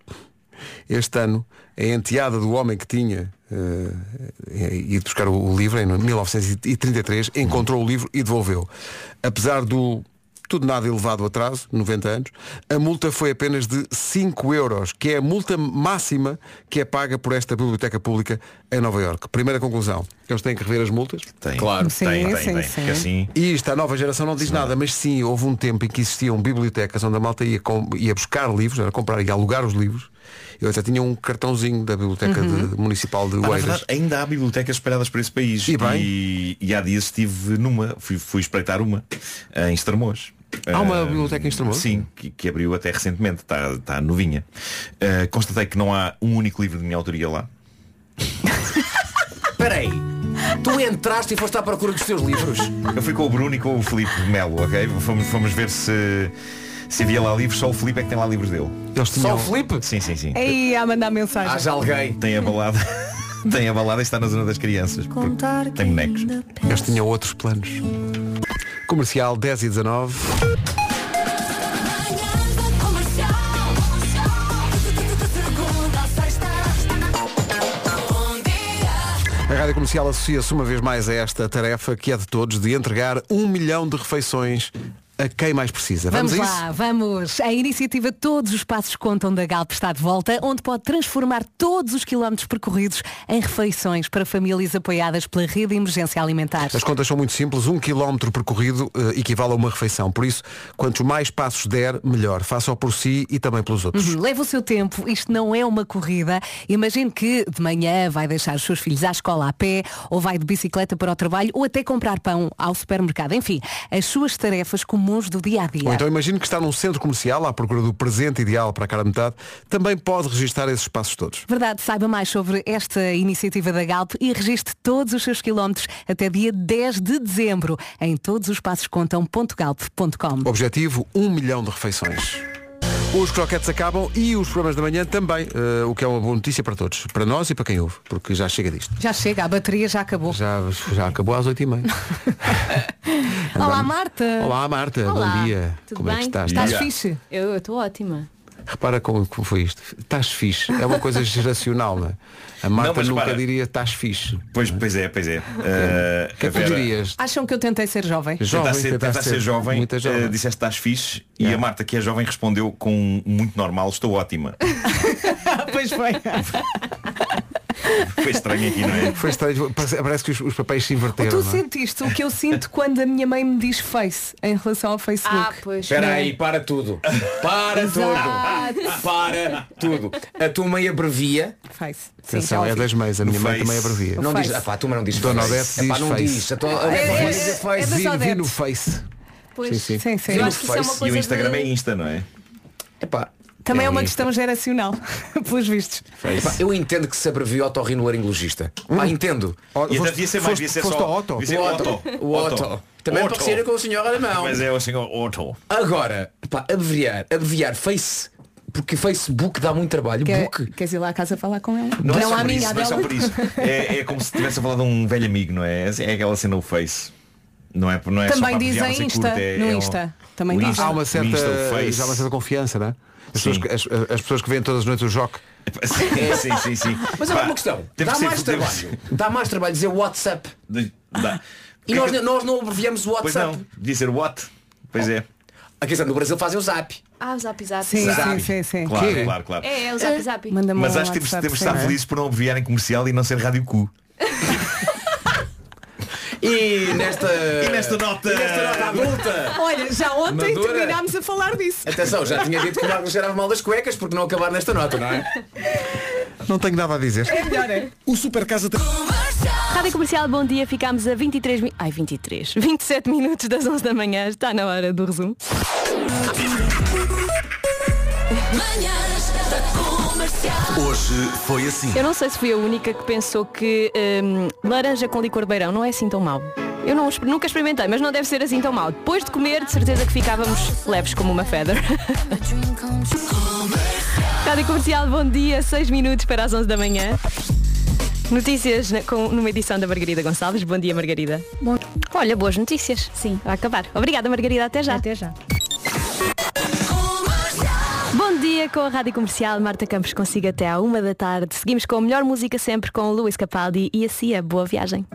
[SPEAKER 1] Este ano, a enteada do homem que tinha eh, ido buscar o, o livro, em 1933, encontrou o livro e devolveu. Apesar do tudo nada elevado atraso, 90 anos, a multa foi apenas de 5 euros, que é a multa máxima que é paga por esta biblioteca pública em Nova Iorque. Primeira conclusão, eles têm que rever as multas?
[SPEAKER 13] Tem.
[SPEAKER 1] Claro,
[SPEAKER 13] Sim, tem, tem, sim, tem, sim. porque assim-
[SPEAKER 1] E isto, a nova geração não diz nada, mas sim, houve um tempo em que existiam bibliotecas onde a malta ia, com- ia buscar livros, era comprar e alugar os livros. Eu até tinha um cartãozinho da Biblioteca
[SPEAKER 13] Uhum.
[SPEAKER 1] de- Municipal de
[SPEAKER 13] Ah, na
[SPEAKER 1] Oeiras.
[SPEAKER 13] verdade, ainda há bibliotecas espalhadas por esse país. E, e há dias estive numa, fui, fui espreitar uma, eh, em Estremoz.
[SPEAKER 1] Há uma
[SPEAKER 13] Eh,
[SPEAKER 1] biblioteca em Estremoz?
[SPEAKER 13] Sim, que, que abriu até recentemente, está está novinha. Eh, constatei que não há um único livro de minha autoria lá.
[SPEAKER 4] Peraí, tu entraste e foste à procura dos teus livros.
[SPEAKER 13] Eu fui com o Bruno e com o Filipe Melo, ok? Fomos, fomos ver se, se havia lá livros, só o Filipe é que tem lá livros dele.
[SPEAKER 3] tinham- Só o
[SPEAKER 13] Filipe? Sim, sim, sim.
[SPEAKER 3] Aí a mandar
[SPEAKER 1] Ah,
[SPEAKER 3] mensagem.
[SPEAKER 13] Tem a balada. [LAUGHS] tem a balada e está na zona das crianças. porque
[SPEAKER 3] Contar
[SPEAKER 13] Tem bonecos.
[SPEAKER 1] Eles tinham outros planos. Comercial 10 e 19.
[SPEAKER 13] é-
[SPEAKER 1] A Rádio Comercial associa-se uma vez mais a esta tarefa que é de todos de entregar um milhão de refeições a quem mais precisa. Vamos, a
[SPEAKER 3] Vamos,
[SPEAKER 1] isso?
[SPEAKER 3] lá, vamos. A iniciativa Todos os Passos Contam da Galp está de volta, onde pode transformar todos os quilómetros percorridos em refeições para famílias apoiadas pela rede de emergência alimentar.
[SPEAKER 1] As contas são muito simples, um quilómetro percorrido eh, equivale a uma refeição. Por isso, quantos mais passos der, melhor. Faça-o por si e também pelos outros.
[SPEAKER 3] Uhum, Leva o seu tempo, isto não é uma corrida. Imagine que de manhã vai deixar os seus filhos à escola a pé, ou vai de bicicleta para o trabalho, ou até comprar pão ao supermercado. Enfim, as suas tarefas comuns do dia a dia.
[SPEAKER 1] Ou então imagino que está num centro comercial à procura do presente ideal para a cara metade, também pode registar esses passos todos.
[SPEAKER 3] Verdade, saiba mais sobre esta iniciativa da Galp e registre todos os seus quilómetros até dia 10 de dezembro em todos os passos contam.galp.com.
[SPEAKER 1] Objetivo, um milhão de refeições. Os croquetes acabam e os programas da manhã também, eh, o que é uma boa notícia para todos, para nós e para quem ouve, porque já chega disto.
[SPEAKER 3] Já chega, a bateria já acabou.
[SPEAKER 1] Já, já acabou às 8h30.
[SPEAKER 14] Olá Marta.
[SPEAKER 1] Olá Marta, bom dia.
[SPEAKER 14] Tudo
[SPEAKER 1] Como
[SPEAKER 14] bem?
[SPEAKER 1] é que estás?
[SPEAKER 14] fixe? Eu estou ótima.
[SPEAKER 1] Repara como, como foi isto. Estás fixe. É uma coisa geracional, não é? A Marta
[SPEAKER 13] mas
[SPEAKER 1] nunca
[SPEAKER 13] repara.
[SPEAKER 1] diria estás fixe.
[SPEAKER 13] Pois, pois é, pois é.
[SPEAKER 1] O que é que tu dirias?
[SPEAKER 3] Acham que eu tentei ser jovem?
[SPEAKER 13] tentar ser, tentar ser jovem,
[SPEAKER 1] muito jovem.
[SPEAKER 13] eh, disseste estás fixe e a Marta, que é jovem, respondeu com um muito normal, estou ótima.
[SPEAKER 3] pois foi.
[SPEAKER 13] Foi estranho aqui, não é?
[SPEAKER 1] Foi estranho. Parece, parece que os, os papéis se inverteram.
[SPEAKER 3] Tu
[SPEAKER 1] não é?
[SPEAKER 3] sentiste o que
[SPEAKER 13] [LAUGHS]
[SPEAKER 3] eu sinto quando a minha mãe me diz face em relação ao Facebook. Ah, pois.
[SPEAKER 4] Espera aí, para tudo. Para tudo.
[SPEAKER 3] Exato.
[SPEAKER 4] Para tudo. A tua mãe abrevia.
[SPEAKER 3] Faz.
[SPEAKER 1] Atenção, é das meias, a minha mãe também abrevia.
[SPEAKER 4] Não diz, ah pá, tu não diz
[SPEAKER 1] Dona
[SPEAKER 4] face.
[SPEAKER 1] Odete
[SPEAKER 4] Ah, pá,
[SPEAKER 1] diz
[SPEAKER 4] não
[SPEAKER 1] face.
[SPEAKER 4] diz. A tua- a Odete
[SPEAKER 1] É,
[SPEAKER 4] diz
[SPEAKER 1] é,
[SPEAKER 4] face.
[SPEAKER 1] é das
[SPEAKER 4] Vi- vi
[SPEAKER 1] Odete.
[SPEAKER 4] no face.
[SPEAKER 14] Pois,
[SPEAKER 1] Sim, sim.
[SPEAKER 3] sim, sim.
[SPEAKER 4] Vi
[SPEAKER 3] Eu
[SPEAKER 4] no
[SPEAKER 3] acho que isso é uma
[SPEAKER 4] face.
[SPEAKER 3] coisa E o Instagram de- é
[SPEAKER 13] Insta, não é?
[SPEAKER 4] Epá,
[SPEAKER 3] Também é uma
[SPEAKER 4] um
[SPEAKER 3] questão geracional, [LAUGHS] pelos vistos.
[SPEAKER 4] Epá, eu entendo que se abreviou otorrinolaringologista. Pá, entendo.
[SPEAKER 13] E até devia ser mais, devia ser só. devia Hum. ser
[SPEAKER 4] O Otto. O Otto. Também
[SPEAKER 13] Otto.
[SPEAKER 4] pode ser com o senhor alemão.
[SPEAKER 13] Mas é o senhor Otto.
[SPEAKER 4] Agora, pá, abreviar, abreviar face, porque Facebook dá muito trabalho.
[SPEAKER 3] Quer-
[SPEAKER 4] Book.
[SPEAKER 3] é- queres ir lá à casa falar com ela?
[SPEAKER 13] Não, é só
[SPEAKER 3] à
[SPEAKER 13] por
[SPEAKER 3] minha,
[SPEAKER 13] isso,
[SPEAKER 3] à
[SPEAKER 13] não é só
[SPEAKER 3] dela.
[SPEAKER 13] por isso. É, é como se tivesse a falar de um velho amigo, não é? É aquela cena o face. Não é, não é só
[SPEAKER 3] Também
[SPEAKER 13] para
[SPEAKER 3] dizem
[SPEAKER 13] abreviar, mas é
[SPEAKER 3] Insta,
[SPEAKER 13] curto, é-
[SPEAKER 3] no
[SPEAKER 13] é um-
[SPEAKER 3] Insta. Também
[SPEAKER 13] o
[SPEAKER 3] dizem.
[SPEAKER 1] Há uma certa,
[SPEAKER 13] Insta, o Face.
[SPEAKER 1] já há uma certa confiança, não é? As pessoas, que- as, as pessoas que vêm todas as noites o joque.
[SPEAKER 13] [LAUGHS] Sim, sim, sim, sim.
[SPEAKER 4] Mas há uma questão. Dá mais trabalho. Dá mais trabalho dizer WhatsApp.
[SPEAKER 13] De- dá. Porque
[SPEAKER 4] E
[SPEAKER 13] [LAUGHS]
[SPEAKER 4] nós,
[SPEAKER 13] é que-
[SPEAKER 4] nós não abreviamos o
[SPEAKER 13] Pois
[SPEAKER 4] WhatsApp.
[SPEAKER 13] não, devia ser what? Pois é.
[SPEAKER 4] A questão do Brasil fazem o zap.
[SPEAKER 14] Ah, o zap zap.
[SPEAKER 3] Sim,
[SPEAKER 13] Zap.
[SPEAKER 3] sim, sim, sim.
[SPEAKER 13] Claro,
[SPEAKER 3] Que?
[SPEAKER 13] claro, claro.
[SPEAKER 14] É, é o zap zap.
[SPEAKER 3] Manda-me
[SPEAKER 13] Mas
[SPEAKER 3] um
[SPEAKER 13] acho que temos,
[SPEAKER 3] WhatsApp,
[SPEAKER 13] temos de estar
[SPEAKER 3] sim, não é?
[SPEAKER 13] felizes por não abreviarem comercial e não ser rádio cu.
[SPEAKER 4] E nesta.
[SPEAKER 13] E nesta nota.
[SPEAKER 4] E nesta nota adulta.
[SPEAKER 3] Olha, já ontem
[SPEAKER 4] Madura.
[SPEAKER 3] terminámos a falar disso.
[SPEAKER 4] Atenção, já tinha dito que o Marcos cheirava mal das cuecas porque não acabar nesta nota, não é?
[SPEAKER 1] Não tenho nada a dizer.
[SPEAKER 3] É melhor, é?
[SPEAKER 7] O Super Casa
[SPEAKER 15] Rádio Comercial, bom dia. Ficámos a 23 mi... Ai, 23. 27 minutos das 11 da manhã. Está na hora do resumo.
[SPEAKER 10] Hoje foi assim.
[SPEAKER 15] Eu não sei se fui a única que pensou que hum, laranja com licor de beirão não é assim tão mau. Eu não exper- nunca experimentei, mas não deve ser assim tão mau. Depois de comer, de certeza que ficávamos leves como uma feather. [LAUGHS] Rádio Comercial, bom dia. 6 minutos para as 11 da manhã. Notícias na- com, numa edição da Margarida Gonçalves. Bom dia, Margarida.
[SPEAKER 14] Bom.
[SPEAKER 15] Olha, boas notícias. Sim. Vai acabar. Obrigada, Margarida. Até já. Até
[SPEAKER 14] já.
[SPEAKER 15] Bom dia com a Rádio Comercial. Marta Campos consigo até à assim é. uma da tarde. Seguimos com a melhor música sempre com Luís Capaldi e a Cia. Boa viagem.